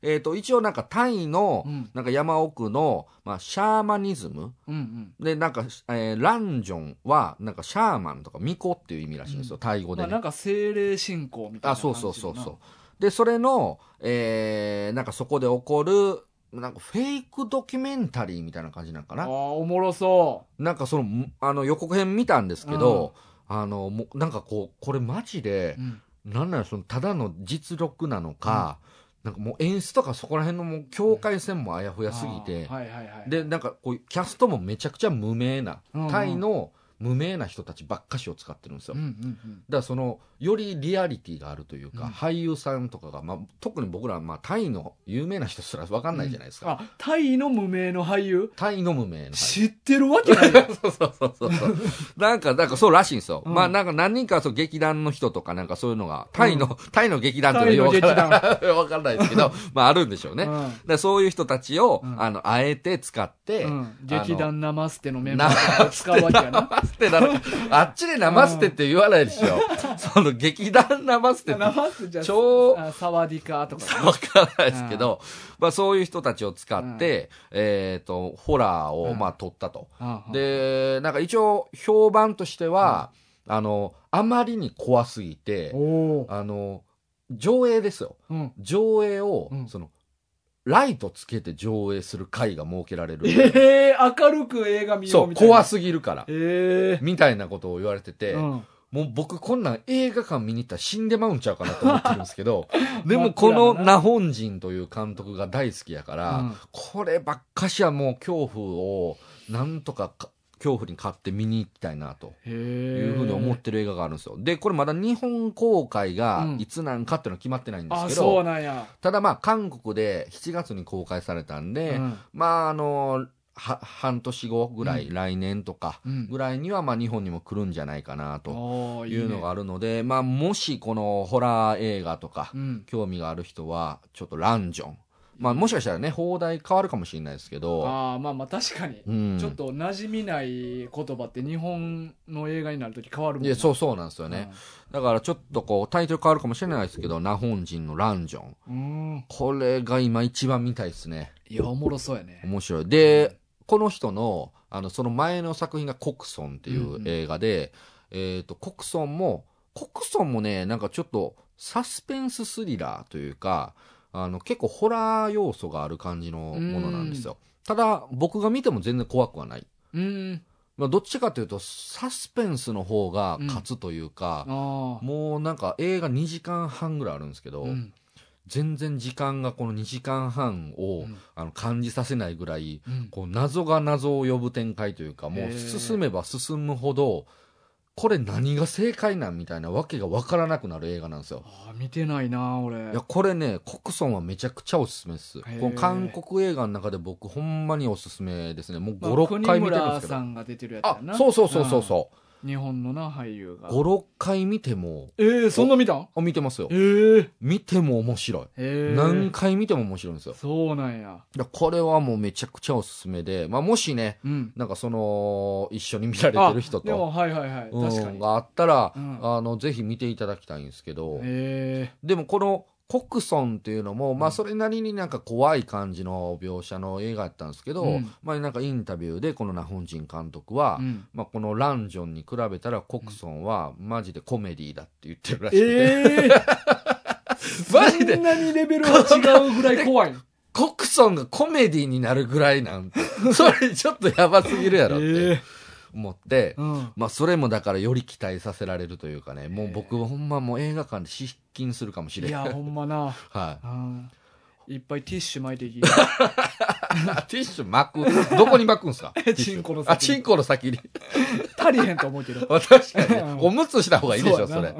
B: えっ、と、一応なんかタイの
A: う、ん
B: なんか山奥の、まあ、シャーマニズム
A: うんうん
B: で、なんか、えーランジョンは、なんか、シャーマンとか、巫女っていう意味らしいんですよ、タイ語
A: ま
B: で
A: あ
B: ね、
A: なんか精霊信仰みたい
B: あ、
A: な感
B: そう
A: じ
B: そ
A: の
B: うそう
A: な
B: そう。で、それの、えー、なんかそこで起こる、なんかフェイクドキュメンタリーみたいな感じなんか
A: ああ
B: な。
A: おもろそ
B: なんかその、あの予告編見たんですけど、あの、もうなんかこう、これマジで
A: う、、うん
B: なんなんやそのただの実力なのか、なんかもう演出とかそこら辺のもう境界線もあやふやすぎて、
A: あーはいはいはい、
B: でなんかこうキャストもめちゃくちゃ無名な、
A: うんうん
B: タイの無名な人たちばっかしを使ってるんですよ、
A: うんう
B: だか
A: んうん
B: らそのよりリアリティがあるというか、
A: うん
B: 俳優さんとかが、まあ、特に僕らは、まあ、タイの有名な人すら分かんないじゃないですか、
A: あタイの無名の俳優
B: タイの無名の俳優
A: 知ってるわけないよ
B: そうそうそうそうそう。なんか、なんかそうらしいんですよ。
A: うん
B: まあなんか何人かそう劇団の人とかなんかそういうのが、タイの、 タイの劇団っていうの
A: タイの劇団
B: わからん わかんないですけど、まああるんでしょうね。
A: う
B: だか
A: ん
B: らそういう人たちを、
A: うん
B: あの、あえて使って、
A: うん、
B: あの
A: 劇団ナマステのメンバーとか使うわけやな。
B: ナマステなのあっちでナマステって言わないでしょ。その劇団ナマステって
A: ナマステじゃ
B: 超
A: あサワディカとか。
B: わからないですけど、まあそういう人たちを使って、えっ、と、ホラーを、まあ撮ったと。
A: うん、
B: で、なんか一応評判としては、あの、あまりに怖すぎて
A: お、お、
B: あの、上映ですよ。
A: うん、
B: 上映を、
A: うん
B: その、ライトつけて上映する会が設けられる。
A: ええ明るく映画見よ
B: そうう、
A: みたいな。
B: 怖
A: す。
B: すぎるから。
A: え
B: みたいなことを言われて
A: え
B: て、
A: うん
B: もう僕こんなん映画館見に行ったら死んでまうんちゃうかなと思ってるんですけ ど、で
A: 真
B: も
A: っ暗
B: こ
A: だな
B: のナホンジンという監督が大好きやから、
A: うん
B: こればっかしはもう恐怖を、なんとかか恐怖に勝って見に行きたいなと。
A: へえ。
B: いうふうに思ってる映画があるんですよ。で、これまだ日本公開が
A: うん
B: いつなんかっていうのは決まってないんです
A: あ、
B: けど、
A: そうなんや。
B: ただまあ韓国で7月に公開されたんで、
A: うん
B: まああの、は半年後ぐらい、
A: う
B: 来年とか
A: うん
B: ぐらいにはまあ日本にも来るんじゃないかなと
A: おーい
B: い
A: いうね
B: のがあるので、まあもしこのホラー映画とか
A: うん。
B: 興味がある人は、ちょっとランジョン。まあもしかしたらね、放題変わるかもしれないですけど、
A: ああ、まあまあ確かに。
B: うん
A: ちょっと馴染みない言葉って日本の映画になるとき変わるもん
B: いや、そうそうなんですよ
A: う
B: ね。だからちょっとこうタイトル変わるかもしれないですけど、ナホン人のランジョン。
A: ん。うん。
B: これが今一番見たいですね。
A: いや、おもろそうやね。
B: 面白い。で、この人の、あの、その前の作品がコクソンっていう映画で、えっ、と、コクソンも、コクソンもね、なんかちょっとサスペンススリラーというか、あの、結構ホラー要素がある感じのものなんですよ。ただ、僕が見ても全然怖くはない。
A: うん。
B: まあ、どっちかというと、サスペンスの方が勝つというか、
A: ああ。
B: もうなんか映画2時間半ぐらいあるんですけど、
A: うん
B: 全然時間がこの2時間半を、
A: うん
B: あの感じさせないぐらい、
A: うん
B: こう謎が謎を呼ぶ展開というか、も
A: へ
B: う
A: ー
B: 進めば進むほど、これ何が正解なんみたいなわけがわからなくなる映画なんですよ。
A: ああ、見てないな、俺。
B: いや、これね、コクソンはめちゃくちゃおすすめです。
A: ー
B: この韓国映画の中で僕ほんまにおすすめですね。もう
A: まあ
B: 5、6回見てるんです
A: 国村
B: け
A: さ
B: ど。
A: んが出てるやつ
B: あ
A: や、な。
B: そうそうそうそうそ
A: 日本のな、俳優
B: う。
A: が。
B: 5、6回見ても、
A: えー、そんな見たん
B: あ見てますよ
A: え。ー、
B: 見ても面白い。
A: えー。
B: 何回見ても面白いんですよ。
A: そうなんや。
B: いやこれはもうめちゃくちゃおすすめで、まあ、もしね、
A: うん。
B: なんかその、一緒に見られてる人
A: あでも、
B: と、
A: はいはいはい。
B: うん
A: 確かに。
B: があったら、
A: うん
B: あの、ぜひ見ていただきたいんですけど、
A: え
B: でもこの、コクソンっていうのも、
A: う
B: まあ、
A: ん
B: それなりになんか怖い感じの描写の映画やったんですけど、
A: うん
B: まあ、なんかインタビューで、このナホンジン監督
A: え
B: は、
A: うん
B: まあ、このランジョンに比べたら、コクソンはマジでコメディーだって言ってるらしく て、
A: えー、
B: マジで
A: そんなにレベルが違うぐらい怖いの。
B: コクソンがコメディーになるぐらいな んて、それちょっとやばすぎるやろって
A: え
B: 思って、
A: ーうん。
B: まあそれもだからより期待させられるというかね、もう僕ほんまもう映画館で失禁するかもしれ
A: い
B: な
A: や、
B: い。
A: ほんまな。
B: は
A: うんいっぱいティッシュ巻いていき。
B: い。ティッシュ巻く、どこに巻くんすか
A: えチンコの先に
B: あ、チンコの先に。
A: 足りへんと思うけど。
B: 確かに
A: う。ん
B: おむつした方がいいでしょ、
A: うや
B: そ
A: な
B: れ。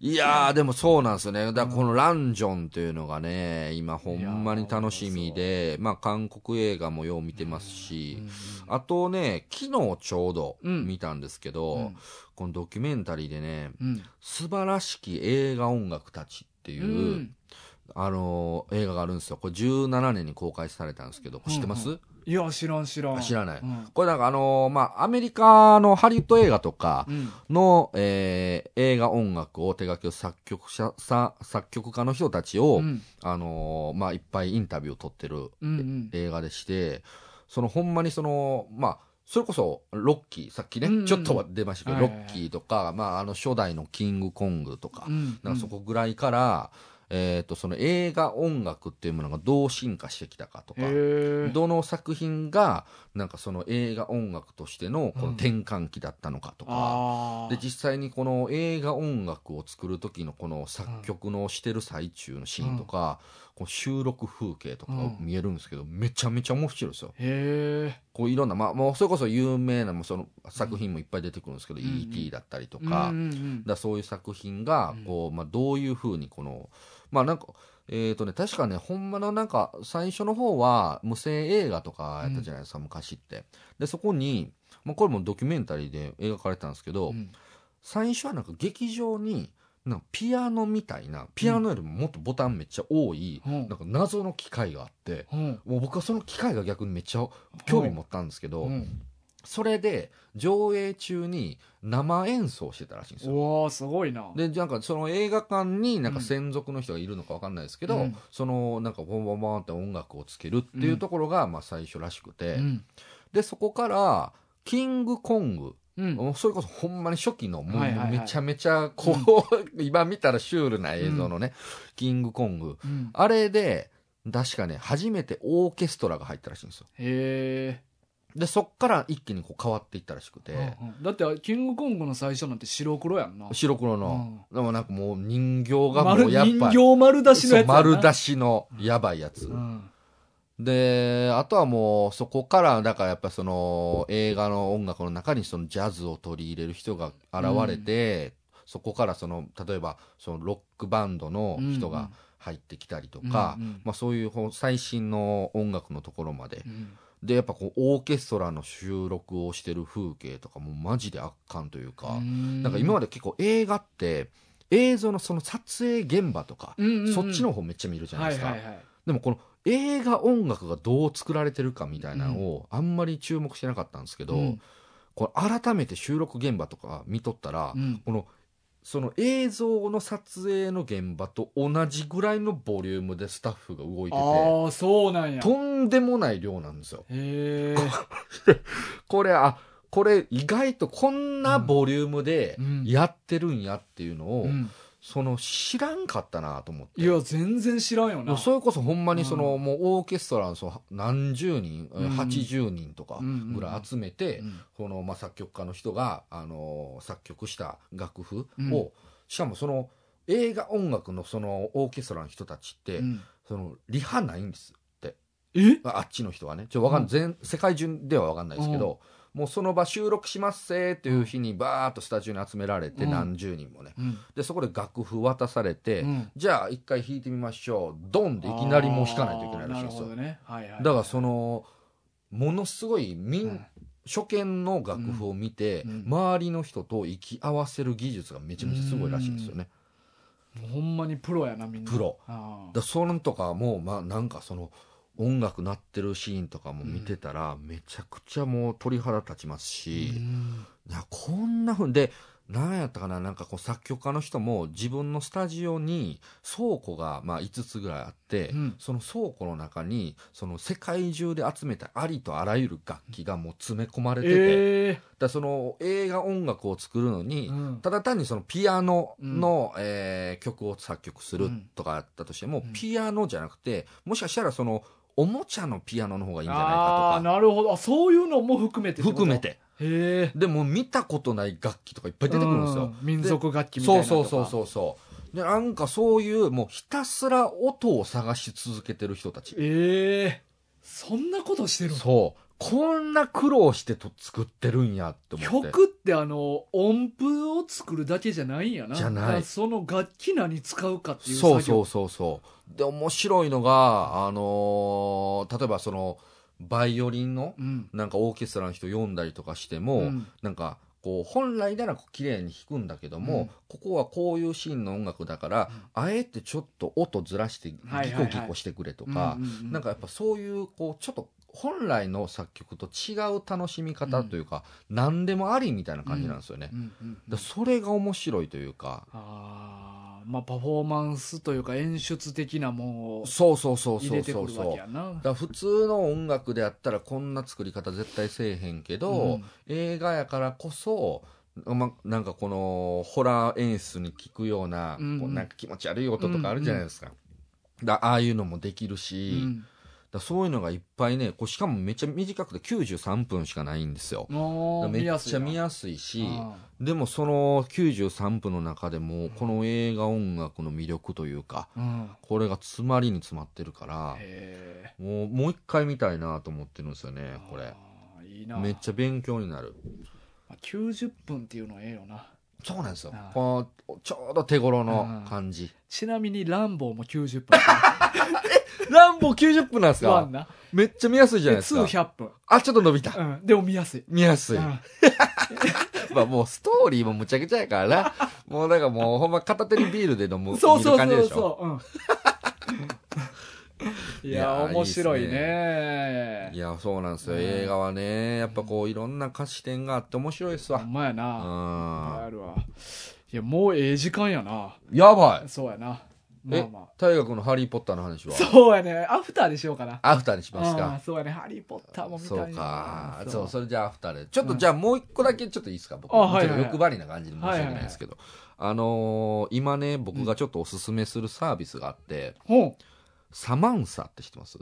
B: いやー、でもそうなんですよね。だからこのランジョンというのがね、今ほんまに楽しみで、まあ韓国映画もよう見てますし、あとね、昨日ちょうど
A: うん
B: 見たんですけ
A: う
B: ど、
A: ん
B: このドキュメンタリーでね、
A: うん。
B: 素晴らしき映画音楽たちっていう、
A: うん
B: あのー映画があるんですよ。これ17年に公開されたんですけど、これ知ってます、
A: うんいや、知らん知らん。
B: あ知らない
A: うん
B: これなんかあのーまあ、アメリカのハリウッド映画とか
A: うん。
B: の、えー映画音楽を手掛ける作曲者、さ作曲家の人たち
A: う
B: を、
A: ん
B: あのーまあ、いっぱいインタビューを取ってる
A: うん
B: 映画でして、そのほんまにその、まあ、それこそ、ロッキー、さっきね、
A: うんうん
B: ちょっとは出ましたけど、
A: はいはいはい
B: ロッキーとか、まあ、あの、初代のキングコングとか
A: う、ん。
B: なんかそこぐらいから、えっ、と、その映画音楽っていうものがどう進化してきたかとか、
A: え
B: どの作品が、なんかその映画音楽としてのこの転換期だったのかとか、
A: ああ
B: で、実際にこの映画音楽を作る時のこの作曲のしてる最中のシーンとか、こう収録風景とか
A: うん
B: 見えるんですけど、めちゃめちゃ面白いですよ。
A: へえ
B: こういろんな、まあ、もうそれこそ有名なもうその作品もいっぱい出てくるんですけど、
A: うん
B: E.T. だったりと
A: と
B: か、
A: うんうん
B: だそういう作品が
A: うん
B: こう、まあ、どういうふうにこのまあなんかえーとね、確かね、ほんまのなんか、最初の方は、無声映画とかやったじゃないですか、昔って。で、そこに、まあ、これもドキュメンタリーで描かれてたんですけ
A: う
B: ど、
A: んうん
B: 最初はなんか劇場に、なんかピアノみたいな、ピアノよりももっとボタンめっちゃ多い、
A: うん
B: なんか謎の機械があって、
A: うん
B: もう僕はその機械が逆にめっちゃ興味持ったんですけど、
A: うん
B: それで、上映中に生演奏してたらしいんですよ。
A: うわーすごいな
B: で、なんかその映画館になんか専属の人がいるのかわかんないですけど、
A: うん
B: そのなんかボンボンボンって音楽をつけるっていうところがまあ最初らしくて、
A: うん
B: で、そこから、キングコング、
A: うん
B: もうそれこそほんまに初期のもう
A: はいはいはい
B: めちゃめちゃこう、 今見たらシュールな映像のね、キングコング。
A: うん
B: あれで、確かね、初めてオーケストラが入ったらしいんですよ。
A: へ
B: で、そっから一気にこう変わっていったらしくて、
A: えだってキングコングの最初なんて白黒やんな
B: 白黒の、でもなんかもう人形がも
A: 丸
B: うやっ
A: 人
B: ぱり、
A: 形丸出しの
B: そ
A: や
B: う
A: つ
B: 丸出
A: し
B: しのやばいやつ
A: う。ん
B: で、あとはもうそこから、だからやっぱその映画の音楽の中にそのジャズを取り入れる人が現れて、そこからその、例えばそのロックバンドの人が入ってきたりとか、
A: うんうん
B: まあそういうほん最新の音楽のところまで
A: う。ん
B: で、やっぱこうオーケストラの収録をしてる風景とかもうマジで圧巻というか、なんか今まで結構映画って映像のその撮影現場とか、
A: うんうんうん
B: そっちの方めっちゃ見るじゃないですか。
A: はいはいはい
B: でもこの映画音楽がどう作られてるかみたいなのをあんまり注目してなかったんですけど、
A: うん
B: これ改めて収録現場とか見とったら、
A: うん
B: このその映像の撮影の現場と同じぐらいのボリュームでスタッフが動いてて、
A: ああそうなんやへ
B: とんでもない量なんですよ。
A: え
B: これ、あ、これ意外とこんなボリュームで
A: うん
B: やってるんやっていうのを、
A: うん
B: その知らんかったなと思って。
A: いや全然知らんよ
B: も
A: な
B: うそれこそほんまにその、
A: う
B: もうオーケストラのその何十人、
A: うん
B: 80人とかぐらい集めて、
A: うん
B: このまあ作曲家の人が、あのー作曲した楽譜を、
A: うん
B: しかもその映画音楽のそのオーケストラの人たちって、
A: うん
B: そのリハないんですって
A: え
B: ああっちの人はねちょっとわかんない、全世界中ではわかんないですけど、もうその場収録しますせーっていう日にバーッとスタジオに集められて、
A: うん
B: 何十人もね
A: うん
B: でそこで楽譜渡されて、
A: うん
B: じゃあ一回弾いてみましょうドンでいきなりもう弾かないといけないらしいんです
A: あーなるほど
B: よ、
A: ねはいはい
B: だからそのものすごいみん、
A: うん
B: 初見の楽譜を見て、
A: うんうん
B: 周りの人と行き合わせる技術がめちゃめちゃすごいらしいんですよね、
A: もうほんまにプロやなみんな
B: プロ
A: あ
B: だからそれとかもまあなんかその音楽鳴ってるシーンとかも見てたら、めちゃくちゃもう鳥肌立ちますし、いや、こんなふうで、なんやったかな、なんかこう作曲家の人も自分のスタジオに倉庫がまあ5つぐらいあって、
A: うん
B: その倉庫の中に、その世界中で集めたありとあらゆる楽器がもう詰め込まれてて、だか
A: え
B: らその映画音楽を作るのに、
A: えうん
B: ただ単にそのピアノの、えー曲を作曲するとかあったとしても、
A: うん
B: ピアノじゃなくて、もしかしたらそのおもちゃのピアノの方がいいんじゃない
A: ああー
B: か
A: なるほどあそういうのも含めて
B: と
A: っ
B: か、
A: こと
B: 含めて。
A: へえ
B: でも見たことない楽器とかいっぱい出てくるんですよ。
A: う民族楽器みたい
B: そ
A: な
B: う
A: のと
B: そ
A: か
B: うそうそうそう。で、なんかそういう、もうひたすら音を探し続けてる人たち。
A: ええそんなことしてるの
B: そう。こんな苦労してと作ってるんやって思って。
A: 曲ってあの音符を作るだけじゃないんやな
B: じゃない
A: だからその楽器何使うかっていう作業
B: そうそうそうそう。で、面白いのが、あのー例えばその、バイオリンの、
A: うん
B: なんかオーケストラの人読んだりとかしても、
A: うん
B: なんか、こう、本来ならこう綺麗に弾くんだけども、
A: うん
B: ここはこういうシーンの音楽だから、あえてちょっと音ずらしてギ
A: はいは
B: コ
A: いはい
B: ギコしてくれとか、
A: うんうんうん
B: なんかやっぱそういう、こう、ちょっと本来の作曲と違う楽しみ方というか、何でもありみたいな感じなんですよね。
A: うんうんうん
B: だそれが面白いというか、
A: あーまあパフォーマンスというか演出的なもんを
B: そうそうそう
A: 入
B: そ
A: れ
B: う
A: てく
B: そう
A: るわ
B: そう
A: け。やな
B: だから普通の音楽であったらこんな作り方絶対せえへんけど、
A: うん
B: 映画やからこそま、なんかこのホラー演出に聞くような、
A: うんうん
B: こうなんか気持ち悪い音とかあるじゃないですか。だああいうのもできるし、
A: うん
B: だそういうのがいっぱいね、こうしかもめっちゃ短くて93分しかないんですよ。
A: もう
B: めっちゃ見
A: 見や
B: やすい
A: す
B: し
A: いなあ
B: でもその93分の中でもこの映画音楽の魅力というか
A: あうん
B: これが詰まりに詰まってるから
A: へ
B: もうもう一回見たいなと思ってるんですよ
A: え
B: ねこれ
A: ああいいな
B: めっちゃ勉強になる
A: まあ90分っていうのはええよな
B: そうなんですよ
A: あー
B: このちょうど手頃の感じ
A: ちなみにランボーも90分
B: ランボー90分なんです
A: ワ
B: か
A: ンな
B: めっちゃ見やすいじゃな
A: で
B: いですか
A: 200分、
B: あちょっと伸びた
A: うん、でも見やすい
B: 見やすい
A: うん
B: まあもうストーリーもむちゃくちゃやからなもうなんかもうほんま片手にビールで飲む
A: そうそう
B: 見る感じ
A: そ
B: で
A: う
B: しょ
A: そう。うん、いや
B: いやー
A: 面白い
B: いいっす
A: ね
B: いやそうなんですよ
A: うん
B: 映画はねやっぱこういろんな歌詞点があって面白いっす
A: ほ
B: わ
A: んまや
B: う
A: な。いっぱい
B: ん
A: あるわ。いや、もうええ時間やな。
B: やばい
A: そうやな。ま
B: え
A: あま
B: 大河君の「ハリー・ポッター」の話
A: あ。
B: は
A: そうやね。アフターでしようかな。
B: アフターにします
A: あー
B: か
A: そうやね。ハリー・ポッターも見た
B: そ
A: いな
B: うか
A: そ
B: そううそれじゃあアフターでちょっと
A: うん
B: じゃあもう一個だけちょっといいですか僕
A: あはいはい
B: ちょっと欲張りな感じで申し訳ないですけどあのー今ね僕がちょっとおすすめするサービスがあって
A: ほん。いや、
B: サマンサって知ってます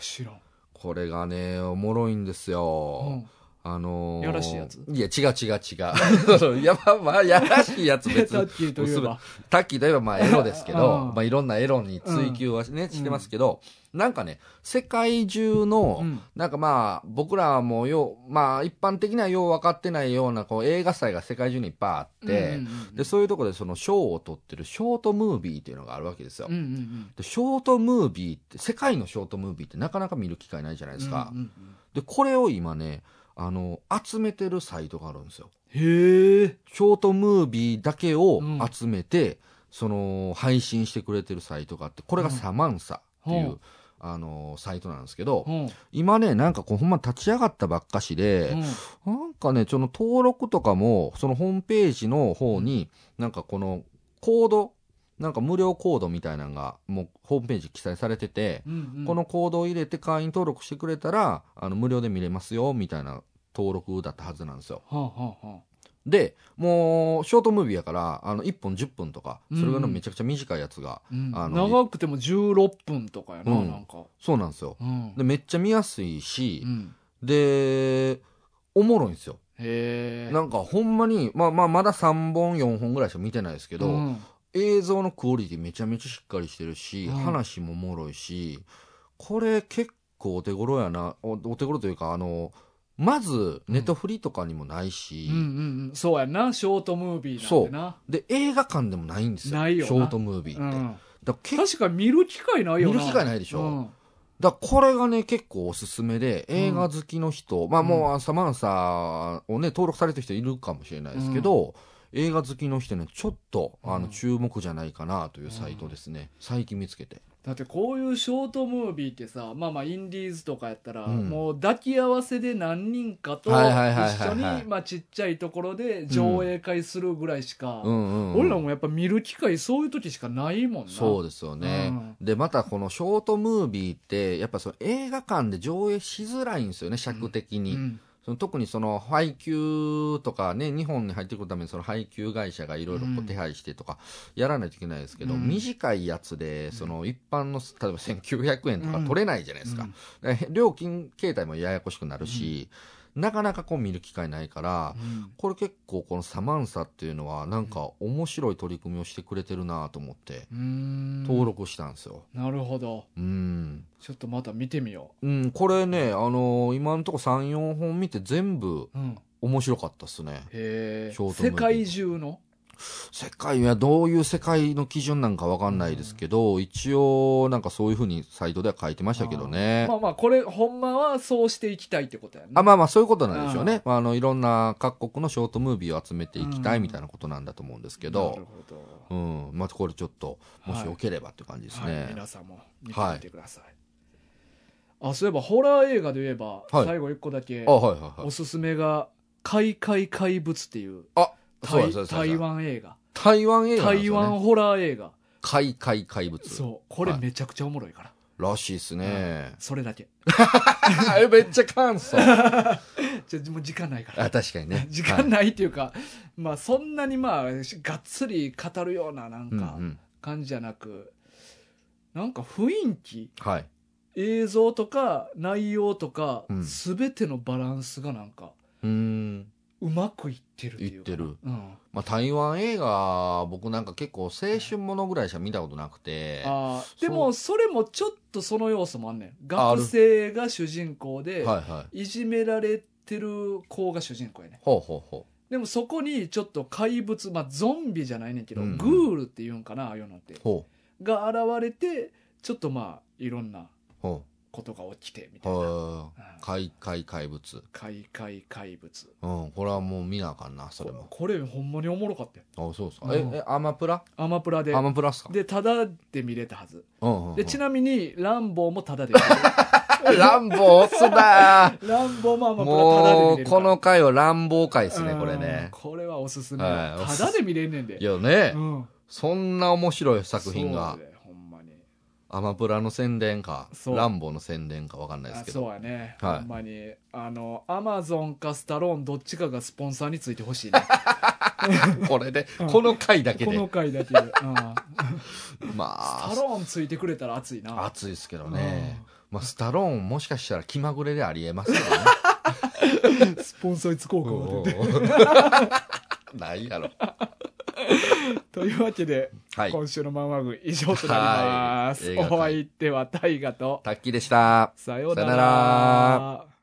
A: 知らん。
B: これがねおもろいんです
A: う
B: よ
A: ん
B: あのー
A: やらしいやつ
B: いや違う違う違 ういやまあまあやらしいやつ別
A: さ
B: に
A: っきといえば。
B: タッキーといえばまあエロですけ
A: う
B: ど
A: ん、
B: まあいろんなエロに追求はね、してますけど、なんかね、世界中の、
A: うん
B: なんかまあ僕らもよう、まあ一般的にはよう分かってないようなこう映画祭が世界中にいっぱいあって、
A: うんうんうん
B: で、そういうところでその賞を取ってるショートムービーっていうのがあるわけですよ。
A: うんうんうん。
B: でショートムービーって、世界のショートムービーってなかなか見る機会ないじゃないですか。
A: うんうんうん
B: で、これを今ね、あの、集めてるサイトがあるんですよ。
A: へえ。
B: ショートムービーだけを
A: うん
B: 集めて、その配信してくれてるサイトがあってこれがサマンサっていう、
A: うん
B: あのサイトなんですけど、
A: うん。
B: 今ねなんかこうほんま立ち上がったばっかしで、なんかねその登録とかもそのホームページの方に、なんかこのコードなんか無料コードみたいなのがもうホームページ記載されてて、
A: うんうん
B: こ、のコードを入れて会員登録してくれたらあの無料で見れますよみたいな登録だったはずなんですよ。
A: はあはあは
B: で、もう、ショートムービーやから、あの、1本10分とか、
A: うん
B: それがめちゃくちゃ短いやつ
A: あ
B: が、
A: うん
B: あの
A: 長くても16分とかやな、
B: うん
A: なんか。
B: そうなんですよ。
A: うん
B: で、めっちゃ見やすいし
A: う、ん
B: で、おもろいんですよ。
A: へえ。
B: なんか、ほんまに、まあまあ、まだ3本、4本ぐらいしか見てないですけど、
A: うん
B: 映像のクオリティめちゃめちゃしっかりしてるし、
A: うん
B: 話もおもろいし、これ結構お手頃やな、おお手頃というか、あの、まず、ネットフリとかにもないし、
A: うんうんうん、そうやんなショートムービーなんてな
B: で、映画館でもないんですよ。
A: ないよな
B: ショートムービーって。
A: う
B: だ
A: ん、
B: から結構
A: 確かに見る機会ないよな
B: 見る機会ないでしょ
A: うん
B: だからこれがね、結構おすすめで、映画好きの人、まあもううサマンサをね、登録されてる人いるかもしれないですけど、映画好きの人ね、ちょっと、あ
A: う
B: の、
A: ん
B: 注目じゃないかなというサイトですね。最近見つけて。
A: だってこういうショートムービーってさまあまあインディーズとかやったら、
B: うん
A: もう抱き合わせで何人かと一
B: はいはいはいはい
A: 緒
B: はい
A: にまあちっちゃいところで上映会するぐらいしか、
B: うんうん、うん。
A: 俺らもやっぱ見る機会そういう時しかないもんな
B: そう
A: う
B: ですよね、でまたこのショートムービーってやっぱその映画館で上映しづらいんですよね尺的に、
A: ん
B: その特にその配給とかね、日本に入ってくるためにその配給会社がいろいろ
A: う
B: こうん手配してとか、やらないといけないですけど、
A: うん
B: 短いやつで、その一般の、例えば1900円とか
A: うん
B: 取れないじゃないですか。だから料金形態もややこしくなるし、なかなかこう見る機会ないから、
A: うん
B: これ結構このサマンサっていうのはなんか面白い取り組みをしてくれてるなと思って、
A: うん
B: 登録したんですよ。
A: なるほど
B: うん。
A: ちょっとまた見てみよ
B: うん、これね、あのー今のところ3、4本見て全部
A: う、うん、
B: 面白かったっすね。
A: へえ
B: ショートムービー
A: 世界中の
B: 世界はどういう世界の基準なんかわかんないですけど、一応なんかそういうふうにサイトでは書いてましたけどね
A: ま。あまあこれほんまはそうしていきたいってことやね
B: あまあまあそういうことなんでしょうね。まあ、あのいろんな各国のショートムービーを集めていきたいみたいなことなんだと思うんですけ
A: なる
B: ど、
A: ほど、
B: うん、まあこれちょっともし
A: はい
B: よければっていう感じです
A: はい、
B: ね。
A: 皆さんも見てみてください、あそういえばホラー映画で言えば、
B: はい
A: 最後一個だけ
B: あ、はいはいは
A: お
B: い。
A: すすめが「怪怪怪物」っていう
B: あ、そう
A: 台
B: ですそうです。
A: 台。湾映画、
B: 台湾映画なんです
A: 台
B: よ
A: 湾
B: ね。
A: ホラー映画
B: 怪怪怪物。
A: そうこれ
B: はい
A: めちゃくちゃおもろいから、
B: らしいですね。
A: それだけ
B: あめっちゃ感想。
A: ちょもう時間ないから。
B: あ、確かにね
A: 時間
B: ない。
A: ないっていうか、まあそんなにまあがっつり語るようななん
B: うんう
A: か
B: ん。
A: 感じじゃなく、なんか雰囲気
B: はい。
A: 映像とか内容とか、
B: うん
A: すべ全てのバランスがなんか
B: うーん。
A: うまくいってるっていうか
B: いってる、
A: うん、
B: まあ、台湾映画、僕なんか結構青春ものぐらいしか見たことなくて。は
A: あーでもそれもちょっとその要素もあんねん
B: あある
A: 学生が主人公
B: い
A: で、
B: はい。
A: いじめられてる子が主人公やね
B: ほうほうほ
A: でもそこにちょっと怪物、まあ、ゾンビじゃないねんけど、
B: うんうん
A: グールっていうんかなああいうのって
B: う。ほ
A: が現れてちょっとまあいろんな
B: う。ほ
A: ことが起きてみ
B: う。
A: たいな、
B: は
A: うん
B: い。怪、怪、怪物。
A: 怪怪怪物
B: うん。これはもう見なあかんな、それ
A: こ
B: も。
A: これほんまにおもろかったよ
B: あ、そうっすか。
A: うん
B: え、え、アマプラ
A: アマプラで
B: アマプラっすか
A: でタダで見れたはず
B: うんうんうん。
A: でちなみにランボーもタダで見 れる
B: 乱暴っすなー
A: ランボー もアマプラタダで
B: も
A: 見れる
B: う、
A: から
B: この回は乱暴回ですね、これ
A: うん
B: ね。
A: これはおすすめ、
B: はいおすす
A: タダで見れんねんで
B: いやね
A: う、ん、
B: そんな面白い作品が
A: そう、だよほんまに
B: アマプラの宣伝か、
A: そう
B: ランボーの宣伝かわかんないです
A: あ
B: け
A: そ
B: ど。
A: うやね、
B: はい
A: ほんまにあのアマゾンかスタローンどっちかがスポンサーについてほしいね
B: これで
A: うん、
B: この回だけ
A: この
B: で。
A: 回だけ、うん、ス
B: ま
A: タ
B: あ、
A: ローンついてくれたら熱いな
B: 熱いですけど
A: う
B: ね
A: ん。
B: まあ、スタローンもしかしたら気まぐれでありえますけどね。
A: スポンサーにつこうか なって
B: ないやろ。
A: というわけで、
B: はい。
A: 今週のマンマ軍以上となります、
B: はい映画
A: お相手は大ガと
B: タッキーでした。
A: さような
B: さような
A: ら